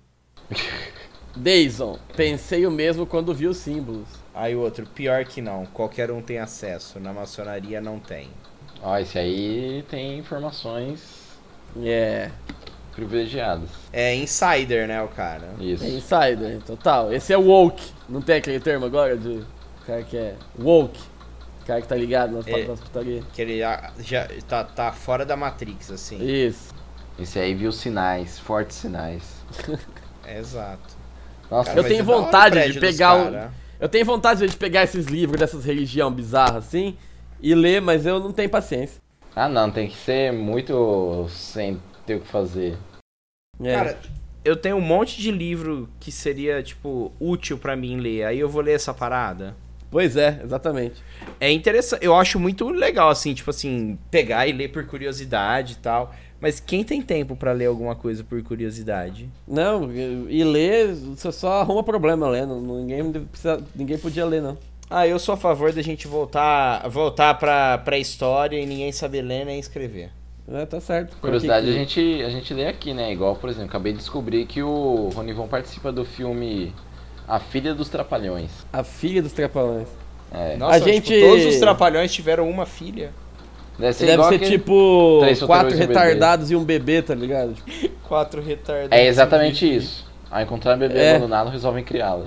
Speaker 3: Deison, pensei o mesmo quando vi os símbolos.
Speaker 6: Aí o outro, pior que não, qualquer um tem acesso, na maçonaria não tem.
Speaker 4: Ó, esse aí tem informações
Speaker 3: É,
Speaker 4: privilegiadas.
Speaker 6: É insider, né, o cara?
Speaker 4: Isso.
Speaker 3: é insider, total. Esse é woke. Não tem aquele termo agora de cara que é woke? Cara que tá ligado nas,
Speaker 6: É.
Speaker 3: nas putarias.
Speaker 6: Que ele ah, já tá, tá fora da Matrix, assim.
Speaker 3: Isso.
Speaker 4: Esse aí viu sinais, fortes sinais.
Speaker 6: Exato.
Speaker 4: Nossa,
Speaker 3: Eu
Speaker 6: mas
Speaker 3: tenho
Speaker 6: é da hora o
Speaker 3: vontade de
Speaker 6: prédio dos
Speaker 3: pegar um-
Speaker 6: cara.
Speaker 3: Eu tenho vontade de pegar esses livros dessas religião bizarra assim e ler, mas eu não tenho paciência.
Speaker 4: Ah não, tem que ser muito sem ter o que fazer.
Speaker 3: É.
Speaker 6: Cara, eu tenho um monte de livro que seria, tipo, útil pra mim ler. Aí eu vou ler essa parada.
Speaker 3: pois é, exatamente.
Speaker 6: É interessante. Eu acho muito legal, assim, tipo assim, pegar e ler por curiosidade e tal. Mas quem tem tempo pra ler alguma coisa por curiosidade?
Speaker 3: Não, e ler, você só arruma problema lendo. Ninguém, precisa, ninguém podia ler, não.
Speaker 6: Ah, eu sou a favor da gente voltar voltar pra, pra história e ninguém saber ler nem escrever.
Speaker 3: É, tá certo.
Speaker 4: Curiosidade
Speaker 3: Porque
Speaker 4: a gente, a gente lê aqui, né? Igual, por exemplo, acabei de descobrir que o Ronivon participa do filme A Filha dos Trapalhões.
Speaker 3: A filha dos trapalhões.
Speaker 4: É.
Speaker 6: Nossa,
Speaker 3: A gente-
Speaker 6: tipo, todos os trapalhões tiveram uma filha.
Speaker 4: Deve ser,
Speaker 3: Deve
Speaker 4: igual
Speaker 3: ser
Speaker 4: aquele-
Speaker 3: tipo
Speaker 4: Três solteiros
Speaker 3: quatro
Speaker 4: e um bebê.
Speaker 3: retardados e um bebê, tá ligado? Tipo,
Speaker 6: Quatro retardados.
Speaker 4: É exatamente isso. Ao encontrar um bebê
Speaker 3: É.
Speaker 4: abandonado, resolvem criá-lo.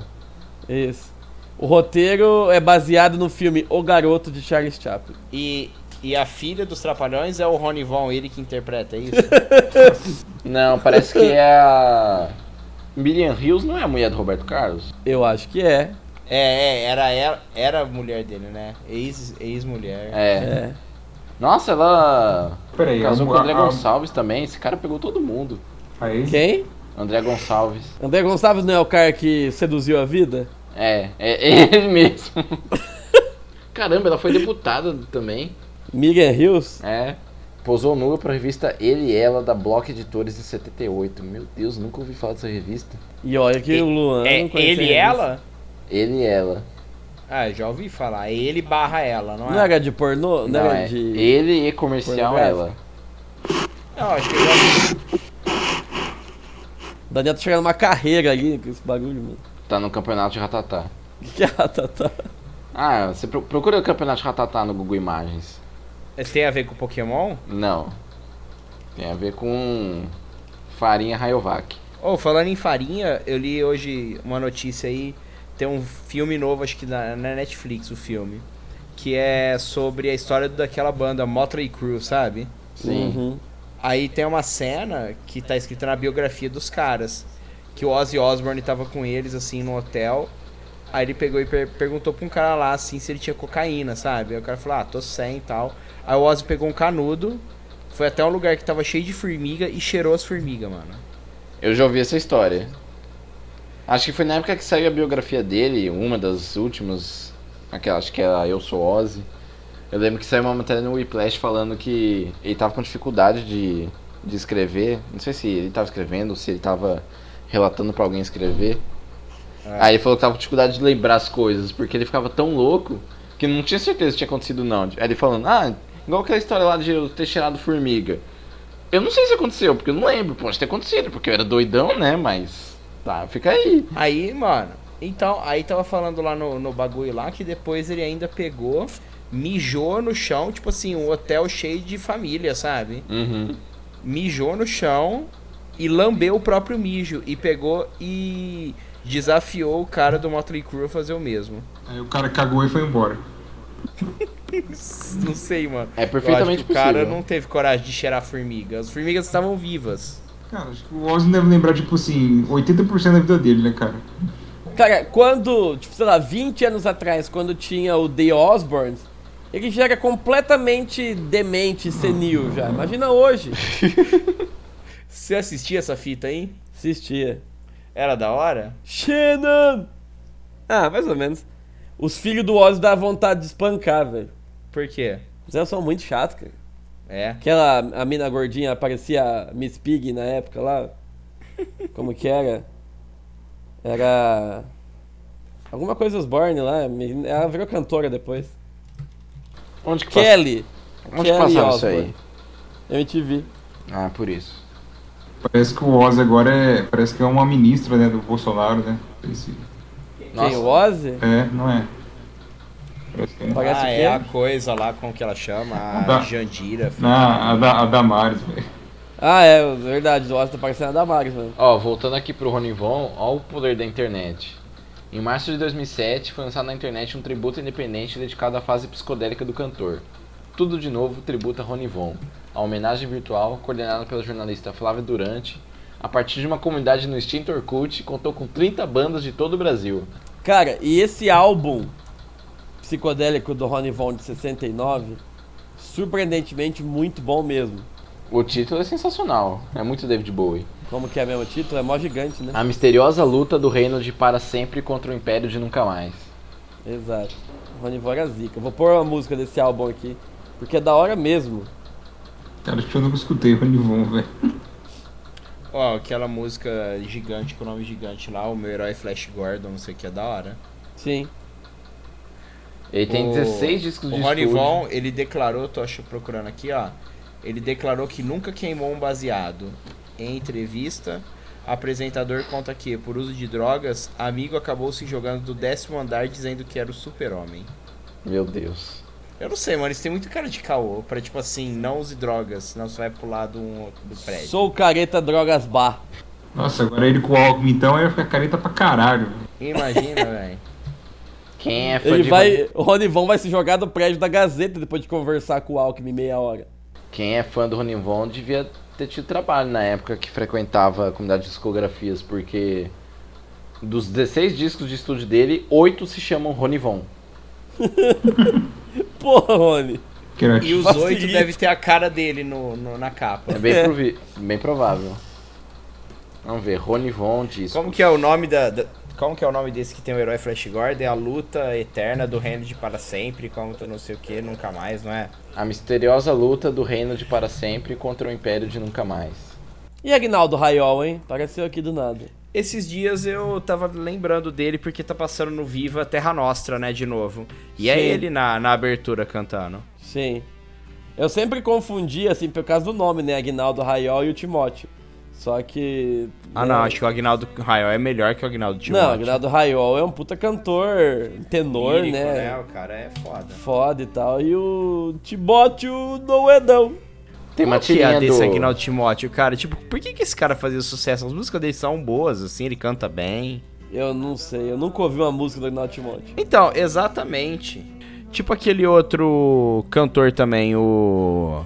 Speaker 3: é isso. O roteiro é baseado no filme O Garoto de Charles Chaplin.
Speaker 6: E, e a filha dos Trapalhões é o Rony Von, ele que interpreta, é
Speaker 4: <laughs>
Speaker 6: isso?
Speaker 4: Não, parece que é a. Miriam Rios não é a mulher do Roberto Carlos?
Speaker 3: Eu acho que é.
Speaker 6: é, é, era, era, era a mulher dele, né? Ex- Ex-mulher.
Speaker 4: É.
Speaker 3: É.
Speaker 4: Nossa, ela.
Speaker 5: Peraí,
Speaker 4: Casou
Speaker 5: a-
Speaker 4: com o André
Speaker 5: a-
Speaker 4: Gonçalves também. Esse cara pegou todo mundo.
Speaker 5: Ah, Aí,
Speaker 3: Quem?
Speaker 4: André Gonçalves.
Speaker 3: André Gonçalves não é o cara que seduziu a vida?
Speaker 4: É, é <laughs> ele mesmo. Caramba, ela foi deputada também.
Speaker 3: Miriam Hills?
Speaker 4: É. Posou nua pra revista Ele e Ela da Block Editores de 78. Meu Deus, nunca ouvi falar dessa revista.
Speaker 3: E olha que o Luan.
Speaker 6: É,
Speaker 3: não conhecia
Speaker 6: ele
Speaker 3: isso.
Speaker 6: ela?
Speaker 4: Ele e Ela.
Speaker 6: Ah, já ouvi falar. É ele barra ela, não é?
Speaker 3: Não era de pornô? Não,
Speaker 4: Não,
Speaker 3: era
Speaker 4: é.
Speaker 3: de.
Speaker 4: Ele e comercial ela.
Speaker 6: Não, acho que eu já ouvi.
Speaker 3: O Daniel tá chegando uma carreira ali com esse bagulho, mano. <laughs>
Speaker 4: Tá no campeonato de ratatá.
Speaker 3: O que, que é ratatá?
Speaker 4: Ah, você pro- procura o campeonato de ratatá no Google Imagens.
Speaker 6: Mas Tem a ver com Pokémon?
Speaker 4: Não. Tem a ver com farinha Rayovac.
Speaker 6: Oh, falando em farinha, eu li hoje uma notícia aí. Tem um filme novo, acho que na, na Netflix, o filme. Que é sobre a história daquela banda Motley Crue, sabe?
Speaker 4: Sim.
Speaker 3: Uhum.
Speaker 6: Aí tem uma cena que tá escrita na biografia dos caras. Que o Ozzy Osbourne tava com eles, assim, no hotel. Aí ele pegou e per- perguntou pra um cara lá, assim, se ele tinha cocaína, sabe? Aí o cara falou, ah, tô sem e tal. Aí o Ozzy pegou um canudo, foi até um lugar que tava cheio de formiga e cheirou as formigas, mano.
Speaker 4: Eu já ouvi essa história. Acho que foi na época que saiu a biografia dele, uma das últimas. Aquela, acho que era Eu Sou Ozzy. Eu lembro que saiu uma matéria no Whiplash falando que ele tava com dificuldade de, de escrever. Não sei se ele tava escrevendo, ou se ele tava relatando pra alguém escrever. Aí ele falou que tava com dificuldade de lembrar as coisas, porque ele ficava tão louco que não tinha certeza se tinha acontecido ou não. Aí ele falando, ah, igual aquela história lá de eu ter cheirado formiga. Eu não sei se aconteceu, porque eu não lembro. Pode ter acontecido, porque eu era doidão, né? Mas. Tá, fica aí.
Speaker 6: Aí, mano, então, aí tava falando lá no, no bagulho lá que depois ele ainda pegou, mijou no chão, tipo assim, um hotel cheio de família, sabe?
Speaker 4: Uhum.
Speaker 6: mijou no chão e lambeu o próprio mijo e pegou e desafiou o cara do Motley Crue a fazer o mesmo.
Speaker 5: aí o cara cagou e foi embora.
Speaker 6: Não sei, mano.
Speaker 4: É
Speaker 6: Eu
Speaker 4: perfeitamente
Speaker 6: acho que o cara
Speaker 4: possível.
Speaker 6: não teve coragem de cheirar formiga. As formigas estavam vivas.
Speaker 5: Cara, acho que o Ozzy deve lembrar, tipo assim, 80% da vida dele, né, cara?
Speaker 3: Cara, quando, tipo, sei lá, 20 anos atrás, quando tinha o The Osborns, ele já era completamente demente, senil já. Imagina hoje.
Speaker 6: Você assistia essa fita aí?
Speaker 3: Assistia.
Speaker 6: Era da hora?
Speaker 3: Shannon! Ah, mais ou menos. Os filhos do Ozzy dá vontade de espancar, velho.
Speaker 6: Por quê?
Speaker 3: Os caras são muito chatos, cara.
Speaker 6: É.
Speaker 3: Aquela a mina gordinha parecia a Miss Pig na época lá. Como que era? Era. Alguma coisa Osborne lá. menina- Ela virou cantora depois.
Speaker 4: Onde que, passa...
Speaker 3: Kelly!
Speaker 4: Onde que
Speaker 3: Kelly
Speaker 4: passava isso aí?
Speaker 3: Osbourne. MTV.
Speaker 4: Ah, por isso.
Speaker 5: Parece que o Ozzy agora é. Parece que é uma ministra, né, do Bolsonaro, né? Esse-
Speaker 3: Quem? O Ozzy?
Speaker 5: É, não é? Parece que é.
Speaker 3: Parece
Speaker 6: ah,
Speaker 3: que
Speaker 6: é a coisa lá, como que ela chama? A
Speaker 5: Tá.
Speaker 6: Jandira. filho.
Speaker 5: Na, a, da, a Damares, velho.
Speaker 3: Ah, é, verdade. O Ozzy tá parecendo a Damares, mano.
Speaker 4: Ó, voltando aqui pro Ronivon, ó o poder da internet. Em março de 2007, foi lançado na internet um tributo independente dedicado à fase psicodélica do cantor. Tudo de novo tributa Ronivon, a homenagem virtual coordenada pela jornalista Flávia Durante, a partir de uma comunidade no extinto Orkut, contou com 30 bandas de todo o Brasil.
Speaker 3: Cara, e esse álbum psicodélico do Ronnie Von de 69, surpreendentemente muito bom mesmo.
Speaker 4: O título é sensacional, é muito David Bowie.
Speaker 3: Como que é mesmo o título? É mó gigante, né?
Speaker 4: A misteriosa luta do reino de para sempre contra o império de nunca mais.
Speaker 3: Exato. Rony Von era zica. Eu Vou pôr uma música desse álbum aqui, porque é da hora mesmo.
Speaker 5: Cara, acho que eu nunca escutei o Ronivon, velho.
Speaker 6: Ó, aquela música gigante, com o nome gigigante lá, o meu herói Flash Gordon, não sei o que, é da hora.
Speaker 3: Sim.
Speaker 4: Ele tem
Speaker 6: O-
Speaker 4: 16 discos de
Speaker 6: O Rony
Speaker 4: estúdio.
Speaker 6: Von, ele declarou, tô acho, procurando aqui, ó. Ele declarou que nunca queimou um baseado. Em entrevista, apresentador conta que, por uso de drogas, amigo acabou se jogando do décimo andar dizendo que era o super-homem.
Speaker 4: Meu Deus.
Speaker 6: Eu não sei, mano. Eles têm muito cara de caô pra, tipo assim, não use drogas, senão você vai pular do, um, do prédio.
Speaker 3: Sou careta drogas bar.
Speaker 5: Nossa, agora ele com o Alckmin então ia ficar careta pra caralho. velho.
Speaker 6: Imagina, <laughs> velho.
Speaker 4: Quem é fã
Speaker 3: Ele
Speaker 4: de
Speaker 3: vai, o Ronivon vai se jogar do prédio da Gazeta depois de conversar com o Alckmin meia hora.
Speaker 4: Quem é fã do Ronivon devia ter tido trabalho na época que frequentava a comunidade de discografias, porque dos 16 discos de estúdio dele, 8 se chamam Ronivon.
Speaker 3: Pô, Rony.
Speaker 5: Que era
Speaker 6: E os
Speaker 3: Facilita.
Speaker 6: oito deve ter a cara dele no, no- na capa.
Speaker 4: É bem,
Speaker 3: É.
Speaker 4: provi- bem provável. Vamos ver, Ronivon disco.
Speaker 6: Como que é o nome da, da- Como que é o nome desse que tem o herói Flash Gordon? É a luta eterna do reino de para sempre, contra não sei o que, nunca mais, não é?
Speaker 4: A misteriosa luta do reino de para sempre contra o império de nunca mais.
Speaker 3: E Agnaldo Raiol, hein? Apareceu aqui do nada.
Speaker 6: Esses dias eu tava lembrando dele porque tá passando no Viva Terra Nostra, né, de novo. E é
Speaker 3: Sim.
Speaker 6: ele na, na abertura cantando.
Speaker 3: Sim. Eu sempre confundi, assim, por causa do nome, né? Agnaldo Raiol e o Timóteo. Só que. né?
Speaker 6: Ah, não, acho que o Agnaldo Raiol é melhor que o Agnaldo Timóteo.
Speaker 3: Não, Agnaldo Raiol é um puta cantor, tenor,
Speaker 6: Lírico,
Speaker 3: né?
Speaker 6: O cara é foda.
Speaker 3: Foda e tal. E o Timóteo não é não.
Speaker 4: Tem uma
Speaker 6: Qual que é a
Speaker 4: tirinha
Speaker 6: desse
Speaker 4: do...
Speaker 6: Agnaldo Timóteo, cara? Tipo, por que, que esse cara fazia sucesso? As músicas dele são boas, assim, ele canta bem.
Speaker 3: Eu não sei, eu nunca ouvi uma música do Agnaldo Timóteo.
Speaker 6: Então, exatamente. Tipo aquele outro cantor também, o.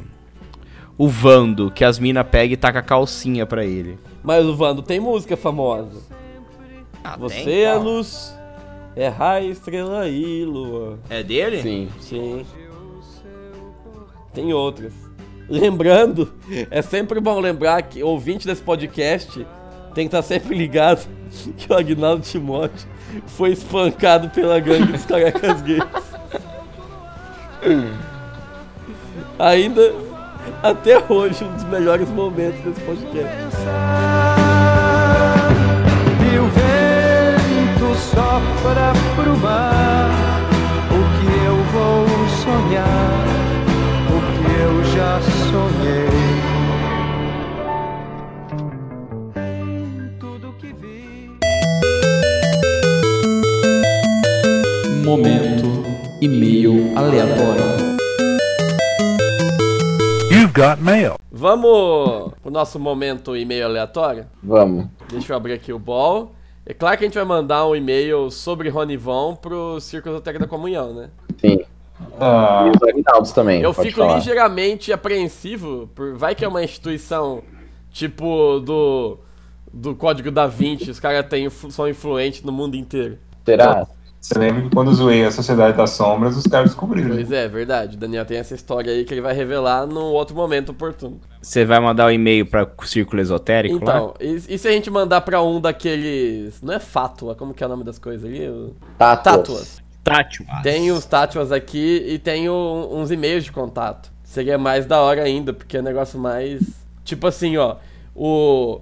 Speaker 6: O Vando, que as mina pega e taca a calcinha pra ele.
Speaker 3: Mas o Vando tem música famosa.
Speaker 6: Ah,
Speaker 3: Você
Speaker 6: tem?
Speaker 3: é
Speaker 6: Qual?
Speaker 3: luz, é raio, estrela e lua.
Speaker 6: É dele?
Speaker 4: Sim.
Speaker 3: Sim. Tem outras. Lembrando, é sempre bom lembrar que ouvinte desse podcast tem que estar sempre ligado <laughs> que o Agnaldo Timóteo foi espancado pela gangue dos carecas gays. <laughs> Ainda até hoje um dos melhores momentos desse podcast.
Speaker 2: E o um vento sopra pro mar O que eu vou sonhar O que eu já sonhei Tudo que vi
Speaker 1: Momento e-mail aleatório.
Speaker 3: Vamos pro nosso momento e-mail aleatório?
Speaker 4: Vamos.
Speaker 3: Deixa eu abrir aqui o bol. É claro que a gente vai mandar um e-mail sobre Ronivon pro Círculo Esotérico da Comunhão, né?
Speaker 4: Sim.
Speaker 5: Ah,
Speaker 4: E os Agnaldos também,
Speaker 3: Eu
Speaker 4: pode
Speaker 3: fico
Speaker 4: falar.
Speaker 3: ligeiramente apreensivo, por... vai que é uma instituição tipo do do Código da Vinci, os caras têm- são influentes no mundo inteiro.
Speaker 4: Será?
Speaker 5: você lembra que quando eu zoei a Sociedade das Sombras, os caras descobriram. né?
Speaker 3: Pois é, verdade. O Daniel tem essa história aí que ele vai revelar num outro momento oportuno.
Speaker 6: Você vai mandar o e-mail pra Círculo Esotérico lá?
Speaker 3: Então, e, e se a gente mandar pra um daqueles. Não é fátua, como que é o nome das coisas ali? O-
Speaker 4: Tátuas.
Speaker 3: Tátuas.
Speaker 6: Tátil.
Speaker 3: Tem os tátuas aqui e tem o- uns e-mails de contato. Seria mais da hora ainda, porque é um negócio mais. Tipo assim, ó. O.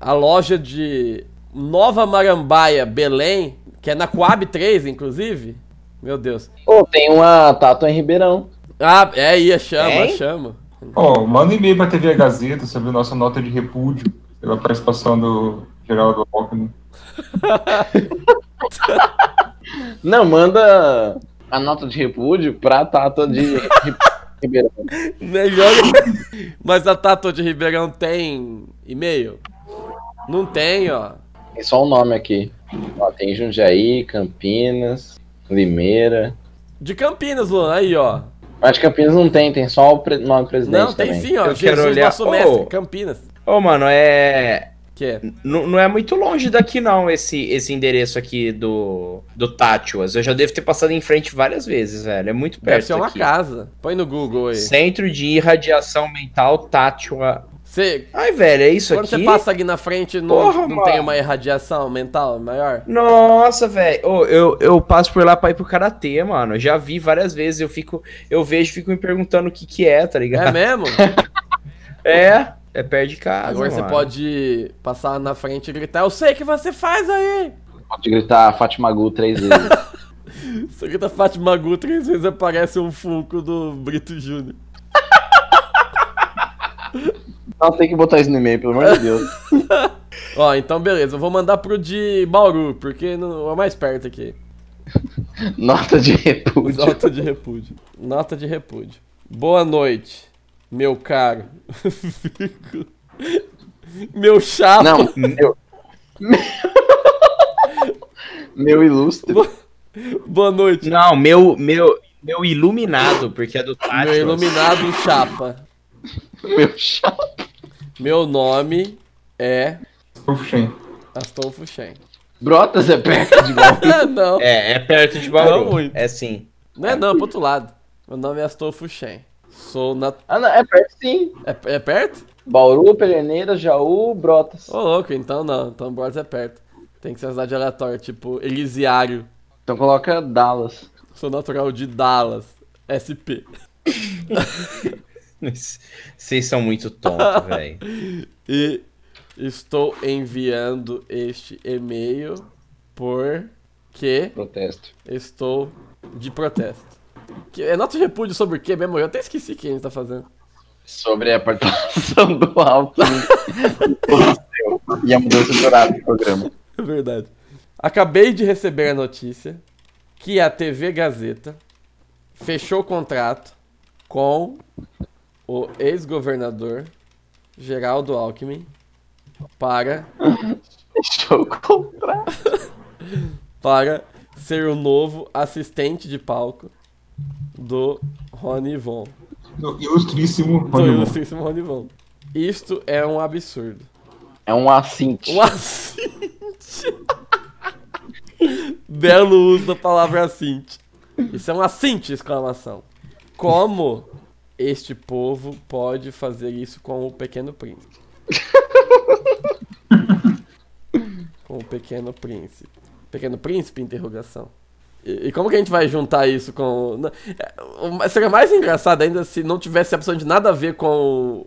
Speaker 3: A loja de Nova Marambaia, Belém, que é na Coab 3, inclusive. Meu Deus.
Speaker 4: Pô, tem uma tátua em Ribeirão.
Speaker 3: Ah, é aí, a chama, a
Speaker 6: Hein?
Speaker 3: chama.
Speaker 5: Ó, manda um e-mail pra TV Gazeta sobre nossa nota de repúdio pela participação do Geraldo Alckmin.
Speaker 4: Não, manda a nota de repúdio pra tátua
Speaker 3: <laughs>
Speaker 4: de Ri- Ribeirão.
Speaker 3: Melhor. <laughs> Mas a tátua de Ribeirão tem e-mail? Não tem, ó.
Speaker 4: Tem só o nome aqui. Ó, tem Jundiaí, Campinas, Limeira.
Speaker 3: De Campinas, Luan, aí, ó.
Speaker 4: Mas de Campinas não tem, tem só o pre- nome do presidente
Speaker 3: Não, tem
Speaker 4: também.
Speaker 3: sim, ó.
Speaker 6: Eu quero
Speaker 3: Jesus,
Speaker 6: olhar-
Speaker 3: nosso mestre,
Speaker 6: Oh.
Speaker 3: Campinas.
Speaker 6: Ô, mano, é.
Speaker 3: Que é.
Speaker 6: Não, não é muito longe daqui, não, esse, esse endereço aqui do, do Tátuas. Eu já devo ter passado em frente várias vezes, velho. É muito
Speaker 3: Deve
Speaker 6: perto
Speaker 3: ser uma
Speaker 6: daqui.
Speaker 3: casa. Põe no Google aí.
Speaker 6: Centro de Irradiação Mental Tátua.
Speaker 3: Você,
Speaker 6: Ai, velho, é isso
Speaker 3: quando
Speaker 6: aqui?
Speaker 3: você passa aqui na frente, não,
Speaker 6: Porra,
Speaker 3: não
Speaker 6: mano.
Speaker 3: tem uma irradiação mental maior?
Speaker 6: Nossa, velho. Ô, eu, eu passo por lá pra ir pro Karatê, mano. Eu Já vi várias vezes. Eu fico, eu vejo e fico me perguntando o que que é, tá
Speaker 3: É
Speaker 6: ligado? <laughs>
Speaker 3: mesmo?
Speaker 6: É, <laughs> é, perto de casa,
Speaker 3: Agora você
Speaker 6: mano.
Speaker 3: pode passar na frente e gritar, eu sei o que você faz aí!
Speaker 4: Pode gritar Fátima Gu
Speaker 3: <laughs>
Speaker 4: três vezes.
Speaker 3: Você grita tá Fátima Gu, três vezes aparece um funko do Brito Júnior.
Speaker 4: não, tem que botar isso no e-mail, pelo amor de
Speaker 3: <laughs>
Speaker 4: Deus.
Speaker 3: Ó, então beleza, eu vou mandar pro de Bauru, porque não, é o mais perto aqui.
Speaker 4: Nota de repúdio.
Speaker 3: Nota de repúdio. Nota de repúdio. Boa noite, meu caro. <laughs> Fico. meu chato.
Speaker 4: Não, <laughs> meu. Meu ilustre.
Speaker 3: Boa noite,
Speaker 6: Não, meu, meu, meu iluminado, porque é do Tati.
Speaker 3: meu iluminado chapa.
Speaker 4: Meu chato.
Speaker 3: Meu nome é
Speaker 5: Puxa,
Speaker 3: Astolfo Shen.
Speaker 4: Brotas é perto de
Speaker 3: não,
Speaker 6: É, é perto de
Speaker 3: Não,
Speaker 6: Bauru.
Speaker 3: muito.
Speaker 6: é sim.
Speaker 3: não é não, pro outro lado. Meu nome é Astolfo Shen. Sou na...
Speaker 4: Ah, não, é perto sim.
Speaker 3: É, é perto?
Speaker 4: Bauru, Pereneira, Jaú, Brotas.
Speaker 3: Ô, louco, então não. Então Borges é perto. Tem que ser uma cidade aleatória, tipo Elisiário.
Speaker 4: Então coloca Dallas.
Speaker 3: Sou natural de Dallas, SP.
Speaker 6: Vocês são muito tontos, velho.
Speaker 3: E estou enviando este e-mail porque
Speaker 4: Protesto.
Speaker 3: estou de protesto. Que é nota de repúdio sobre o que mesmo? Eu até esqueci o que a gente tá fazendo.
Speaker 4: Sobre a <laughs> participação do álbum. e a mudança de horário do programa.
Speaker 3: <laughs> É verdade. Acabei de receber a notícia que a TV Gazeta fechou o contrato com o ex-governador Geraldo Alckmin para,
Speaker 4: Deixa eu comprar.
Speaker 3: <laughs> para ser o novo assistente de palco do Rony Von.
Speaker 5: do ilustríssimo
Speaker 3: Do
Speaker 5: Rony Von.
Speaker 3: ilustríssimo Rony Von. Isto é um absurdo.
Speaker 4: É um assinte.
Speaker 3: Um assinte. <laughs> Belo uso da palavra assinte. Isso é um assinte, exclamação. Como este povo pode fazer isso com o pequeno príncipe? com o pequeno príncipe. Pequeno príncipe, interrogação. E, e como que a gente vai juntar isso com... o- na- é, o- Seria mais engraçado ainda se não tivesse absolutamente nada a ver com o-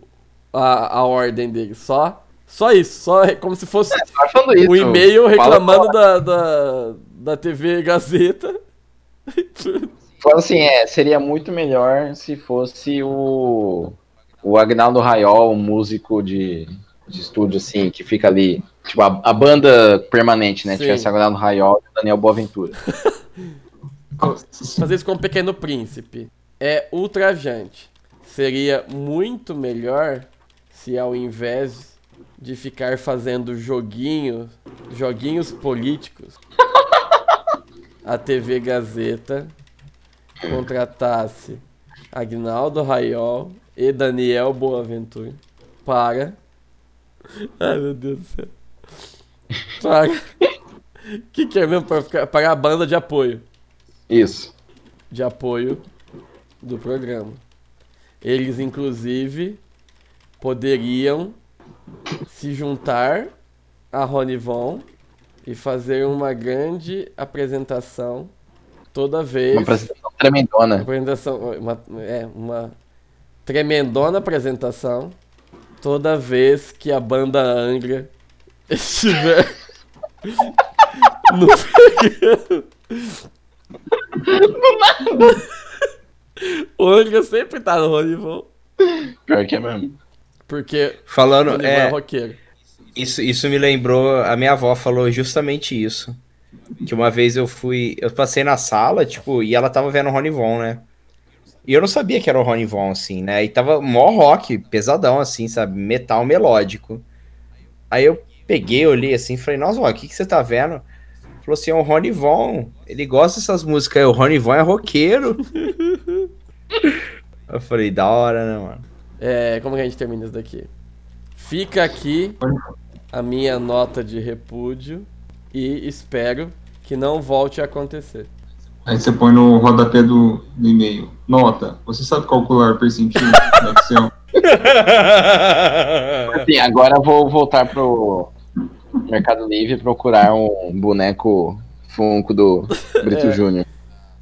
Speaker 3: a, a ordem dele. Só, só isso. Só é como se fosse
Speaker 4: Tá falando isso.
Speaker 3: um e-mail
Speaker 4: Fala-
Speaker 3: reclamando da, da, da TV Gazeta. <laughs>
Speaker 4: Fala assim, é, seria muito melhor se fosse o, o Agnaldo Raiol, um músico de, de estúdio, assim, que fica ali. Tipo, a, a banda permanente, né?
Speaker 3: Sim.
Speaker 4: Tivesse Agnaldo Raiol e Daniel Boaventura.
Speaker 3: Fazer isso com o Pequeno Príncipe é ultrajante. Seria muito melhor se ao invés de ficar fazendo joguinho, joguinhos políticos, a TV Gazeta contratasse Agnaldo Raiol e Daniel Boaventura para. Ai meu Deus do céu. Para. <laughs> que que é mesmo? Para, ficar- para a banda de apoio
Speaker 4: Isso.
Speaker 3: de apoio do programa. Eles, inclusive, poderiam se juntar a Ronivon e fazer uma grande apresentação toda vez.
Speaker 4: Uma apresentação tremendona.
Speaker 3: Apresentação, uma, é, uma tremendona apresentação toda vez que a banda Angra estiver <laughs> no <laughs> programa. O Angra sempre tá no Ronivon,
Speaker 4: Pior que é mesmo.
Speaker 3: porque o
Speaker 6: Falando,
Speaker 3: Ronivon é
Speaker 6: é,
Speaker 3: roqueiro.
Speaker 6: isso, isso me lembrou, a minha avó falou justamente isso. Que uma vez eu fui, eu passei na sala, tipo, e ela tava vendo o Rony Von, né? E eu não sabia que era o Rony Von, assim, né? E tava mó rock, pesadão, assim, sabe? Metal melódico. Aí eu peguei, olhei assim, e falei, nossa, vó, o que, que você tá vendo? Falou assim, é o Rony Von, ele gosta dessas músicas aí, o Rony Von é roqueiro. <laughs> eu falei, da hora, né, mano?
Speaker 3: É, como que a gente termina isso daqui? Fica aqui a minha nota de repúdio e espero que não volte a acontecer.
Speaker 5: Aí você põe no rodapé do, do e-mail. Nota, você sabe calcular percentil um, no Excel?
Speaker 4: Assim, agora eu vou voltar pro Mercado Livre procurar um boneco funko do Brito
Speaker 3: É.
Speaker 4: Júnior.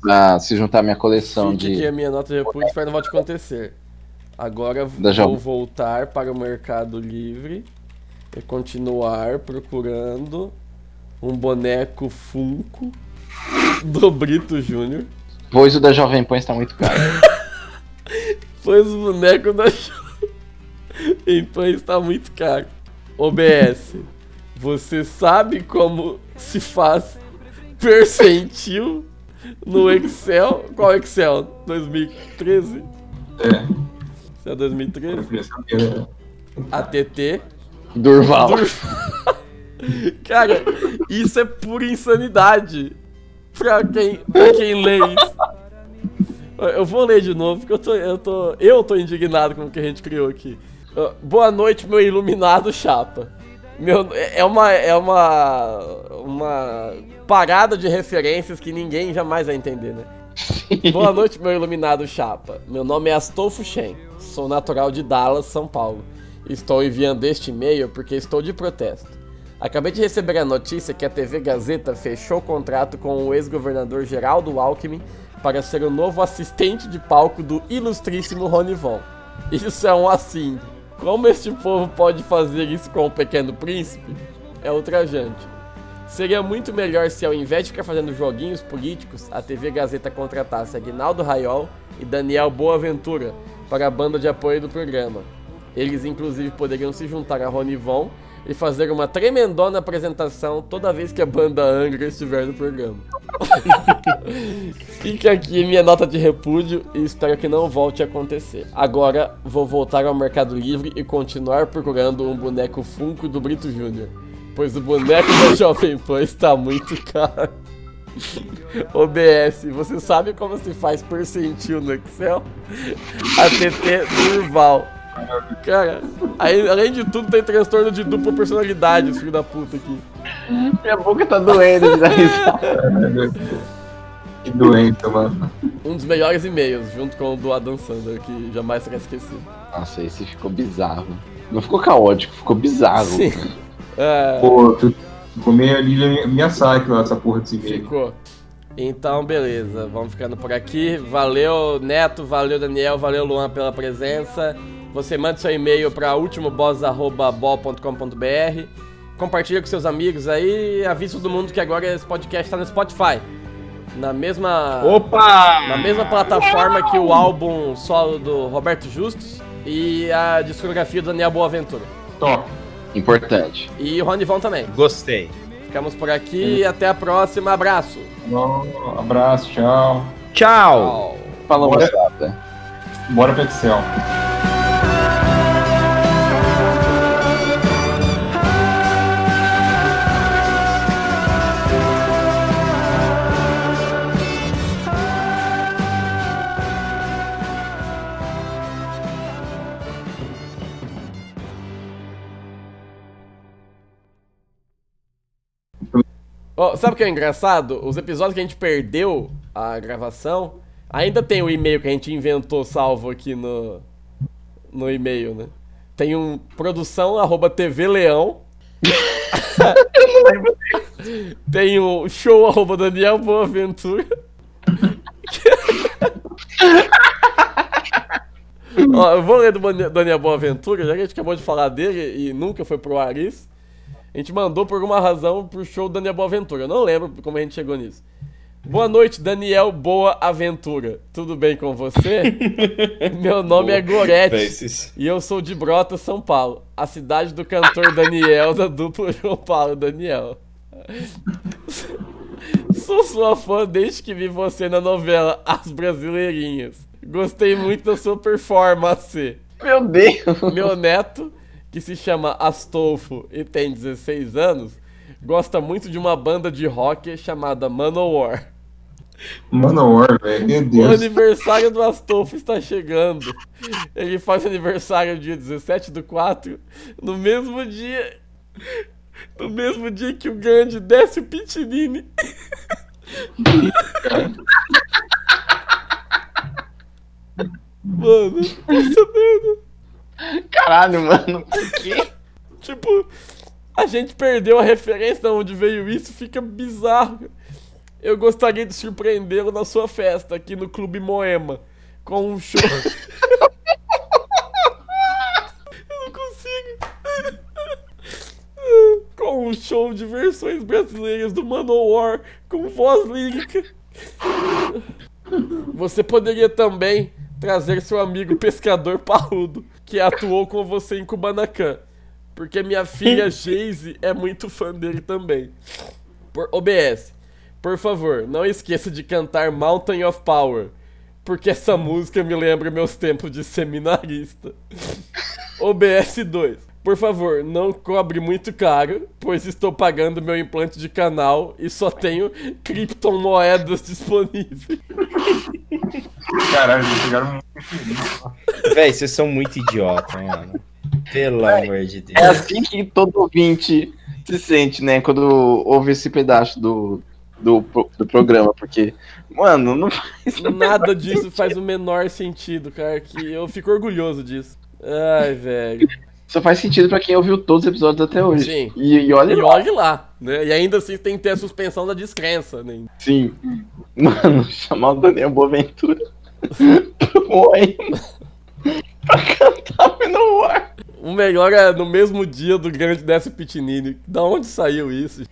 Speaker 4: Pra se juntar à minha coleção
Speaker 3: Fique aqui
Speaker 4: de.
Speaker 3: a minha nota de repúdio, espero não volte a acontecer. Agora
Speaker 4: Da
Speaker 3: vou
Speaker 4: Jabo.
Speaker 3: voltar para o Mercado Livre e continuar procurando um boneco Funko do Brito Júnior.
Speaker 4: Pois o da Jovem Pan está muito <laughs> caro.
Speaker 3: Pois o boneco da <laughs> Então está muito caro. OBS, você sabe como se faz percentil no Excel. Qual Excel? 2013?
Speaker 5: É, um
Speaker 3: Isso é 2013?
Speaker 5: queria saber.
Speaker 3: ATT.
Speaker 4: Durval.
Speaker 3: Cara, isso é pura insanidade. Pra quem, pra quem lê isso. Eu vou ler de novo, porque eu tô, eu tô. Eu tô indignado com o que a gente criou aqui. Ó, Boa noite, meu iluminado chapa. Meu, é uma. É uma. Uma parada de referências que ninguém jamais vai entender, né? Boa noite, meu iluminado chapa. Meu nome é Astolfo Shen. Sou natural de Dallas, São Paulo. Estou enviando este e-mail porque estou de protesto. Acabei de receber a notícia que a TV Gazeta fechou o contrato com o ex-governador Geraldo Alckmin para ser o novo assistente de palco do ilustríssimo Ronivon. Isso é um assim. Como este povo pode fazer isso com o Pequeno Príncipe? É ultrajante. Seria muito melhor se, ao invés de ficar fazendo joguinhos políticos, a TV Gazeta contratasse Aguinaldo Raiol e Daniel Boaventura para a banda de apoio do programa. Eles, inclusive, poderiam se juntar a Ronivon e fazer uma tremendona apresentação toda vez que a banda Angra estiver no programa. Fica aqui minha nota de repúdio e espero que não volte a acontecer. Agora vou voltar ao Mercado Livre e continuar procurando um boneco Funko do Brito Júnior, pois o boneco da Jovem Pan está muito caro. OBS, você sabe como se faz percentil no Excel? ATT Durval. Cara, aí, além de tudo, tem transtorno de dupla personalidade, esse filho da puta aqui.
Speaker 4: Minha boca tá doendo de dar risada.
Speaker 5: Que doença, mano.
Speaker 3: Um dos melhores e-mails, junto com o do Adam Sandler, que jamais será esquecido.
Speaker 4: Nossa, esse ficou bizarro. Não ficou caótico, ficou bizarro.
Speaker 3: Sim. É,
Speaker 5: Pô, tu ficou meio ali minha saque lá, essa porra desse vídeo.
Speaker 3: ficou. Então, beleza. Vamos ficando por aqui. Valeu, Neto. Valeu, Daniel. Valeu, Luan, pela presença. Você manda seu e-mail para ultimoboss.com.br. Compartilha com seus amigos aí. e Avisa todo mundo que agora esse podcast tá no Spotify. Na mesma...
Speaker 6: Opa!
Speaker 3: Na mesma plataforma que o álbum solo do Roberto Justus e a discografia do Daniel Boaventura.
Speaker 5: Top.
Speaker 4: Importante.
Speaker 3: E o Ronivon também.
Speaker 6: Gostei.
Speaker 3: Ficamos por aqui, até a próxima, abraço.
Speaker 5: Um abraço, tchau.
Speaker 6: Tchau.
Speaker 4: Falou,
Speaker 5: Bora.
Speaker 4: moçada.
Speaker 5: Bora pro Excel.
Speaker 3: Ó, sabe o que é engraçado? Os episódios que a gente perdeu a gravação, ainda tem o e-mail que a gente inventou salvo aqui no, no e-mail, né? Tem um produção arroba TV Leão. <laughs> tem um show arroba Daniel Boaventura. <laughs> Ó, eu vou ler do Bane- Daniel Boaventura, já que a gente acabou de falar dele e nunca foi pro ar isso. A gente mandou por alguma razão pro show do Daniel Boaventura. Eu não lembro como a gente chegou nisso. Boa noite, Daniel Boa Aventura. Tudo bem com você? Meu nome é Gorete. E eu sou de Brota, São Paulo, a cidade do
Speaker 4: <laughs>
Speaker 3: cantor Daniel, da dupla João Paulo e Daniel. Sou sua fã desde que vi você na novela As Brasileirinhas. Gostei muito da sua performance.
Speaker 4: Meu Deus.
Speaker 3: Meu neto, que se chama Astolfo e tem 16 anos, gosta muito de uma banda de rock chamada Manowar.
Speaker 5: Manowar, velho. Meu
Speaker 3: O
Speaker 5: Deus.
Speaker 3: aniversário do Astolfo está chegando. Ele faz aniversário dia 17 do 4, no mesmo dia. No mesmo dia que o Gandhi desce o Pitinini. Mano, é essa merda.
Speaker 4: Caralho, mano. Por quê?
Speaker 3: Tipo, a gente perdeu a referência de onde veio isso, fica bizarro. Eu gostaria de surpreendê-lo na sua festa aqui no Clube Moema com um show. Eu não consigo. <laughs> Com um show de versões brasileiras do Manowar com voz lírica. Você poderia também trazer seu amigo pescador parrudo, que atuou com você em Kubanacan. Porque minha filha Geise é muito fã dele também. Por OBS. Por favor, não esqueça de cantar Mountain of Power, porque essa música me lembra meus tempos de seminarista. <laughs> OBS 2. Por favor, não cobre muito caro, pois estou pagando meu implante de canal e só tenho criptomoedas <laughs> disponíveis.
Speaker 5: Caralho, eles chegaram muito.
Speaker 6: Véi, vocês são muito idiota, mano. Pelo amor de
Speaker 4: É
Speaker 6: Deus.
Speaker 4: assim que todo ouvinte se sente, né? Quando ouve esse pedaço do, do, pro- do programa, porque, mano, não faz
Speaker 3: Nada disso faz o menor sentido, cara, que eu fico orgulhoso disso. Ai, velho.
Speaker 4: Só faz sentido pra quem ouviu todos os episódios até hoje.
Speaker 3: Sim.
Speaker 4: E, e olha
Speaker 3: E
Speaker 4: lá,
Speaker 3: olhe lá, né? E ainda assim tem que ter a suspensão da descrença, né?
Speaker 4: sim. Mano, <laughs> chamar o Daniel Boaventura <laughs> pro Moema pra cantar
Speaker 3: <laughs>
Speaker 4: Menor.
Speaker 3: O melhor é no mesmo dia do grande Décio Pitinini. Da onde saiu isso?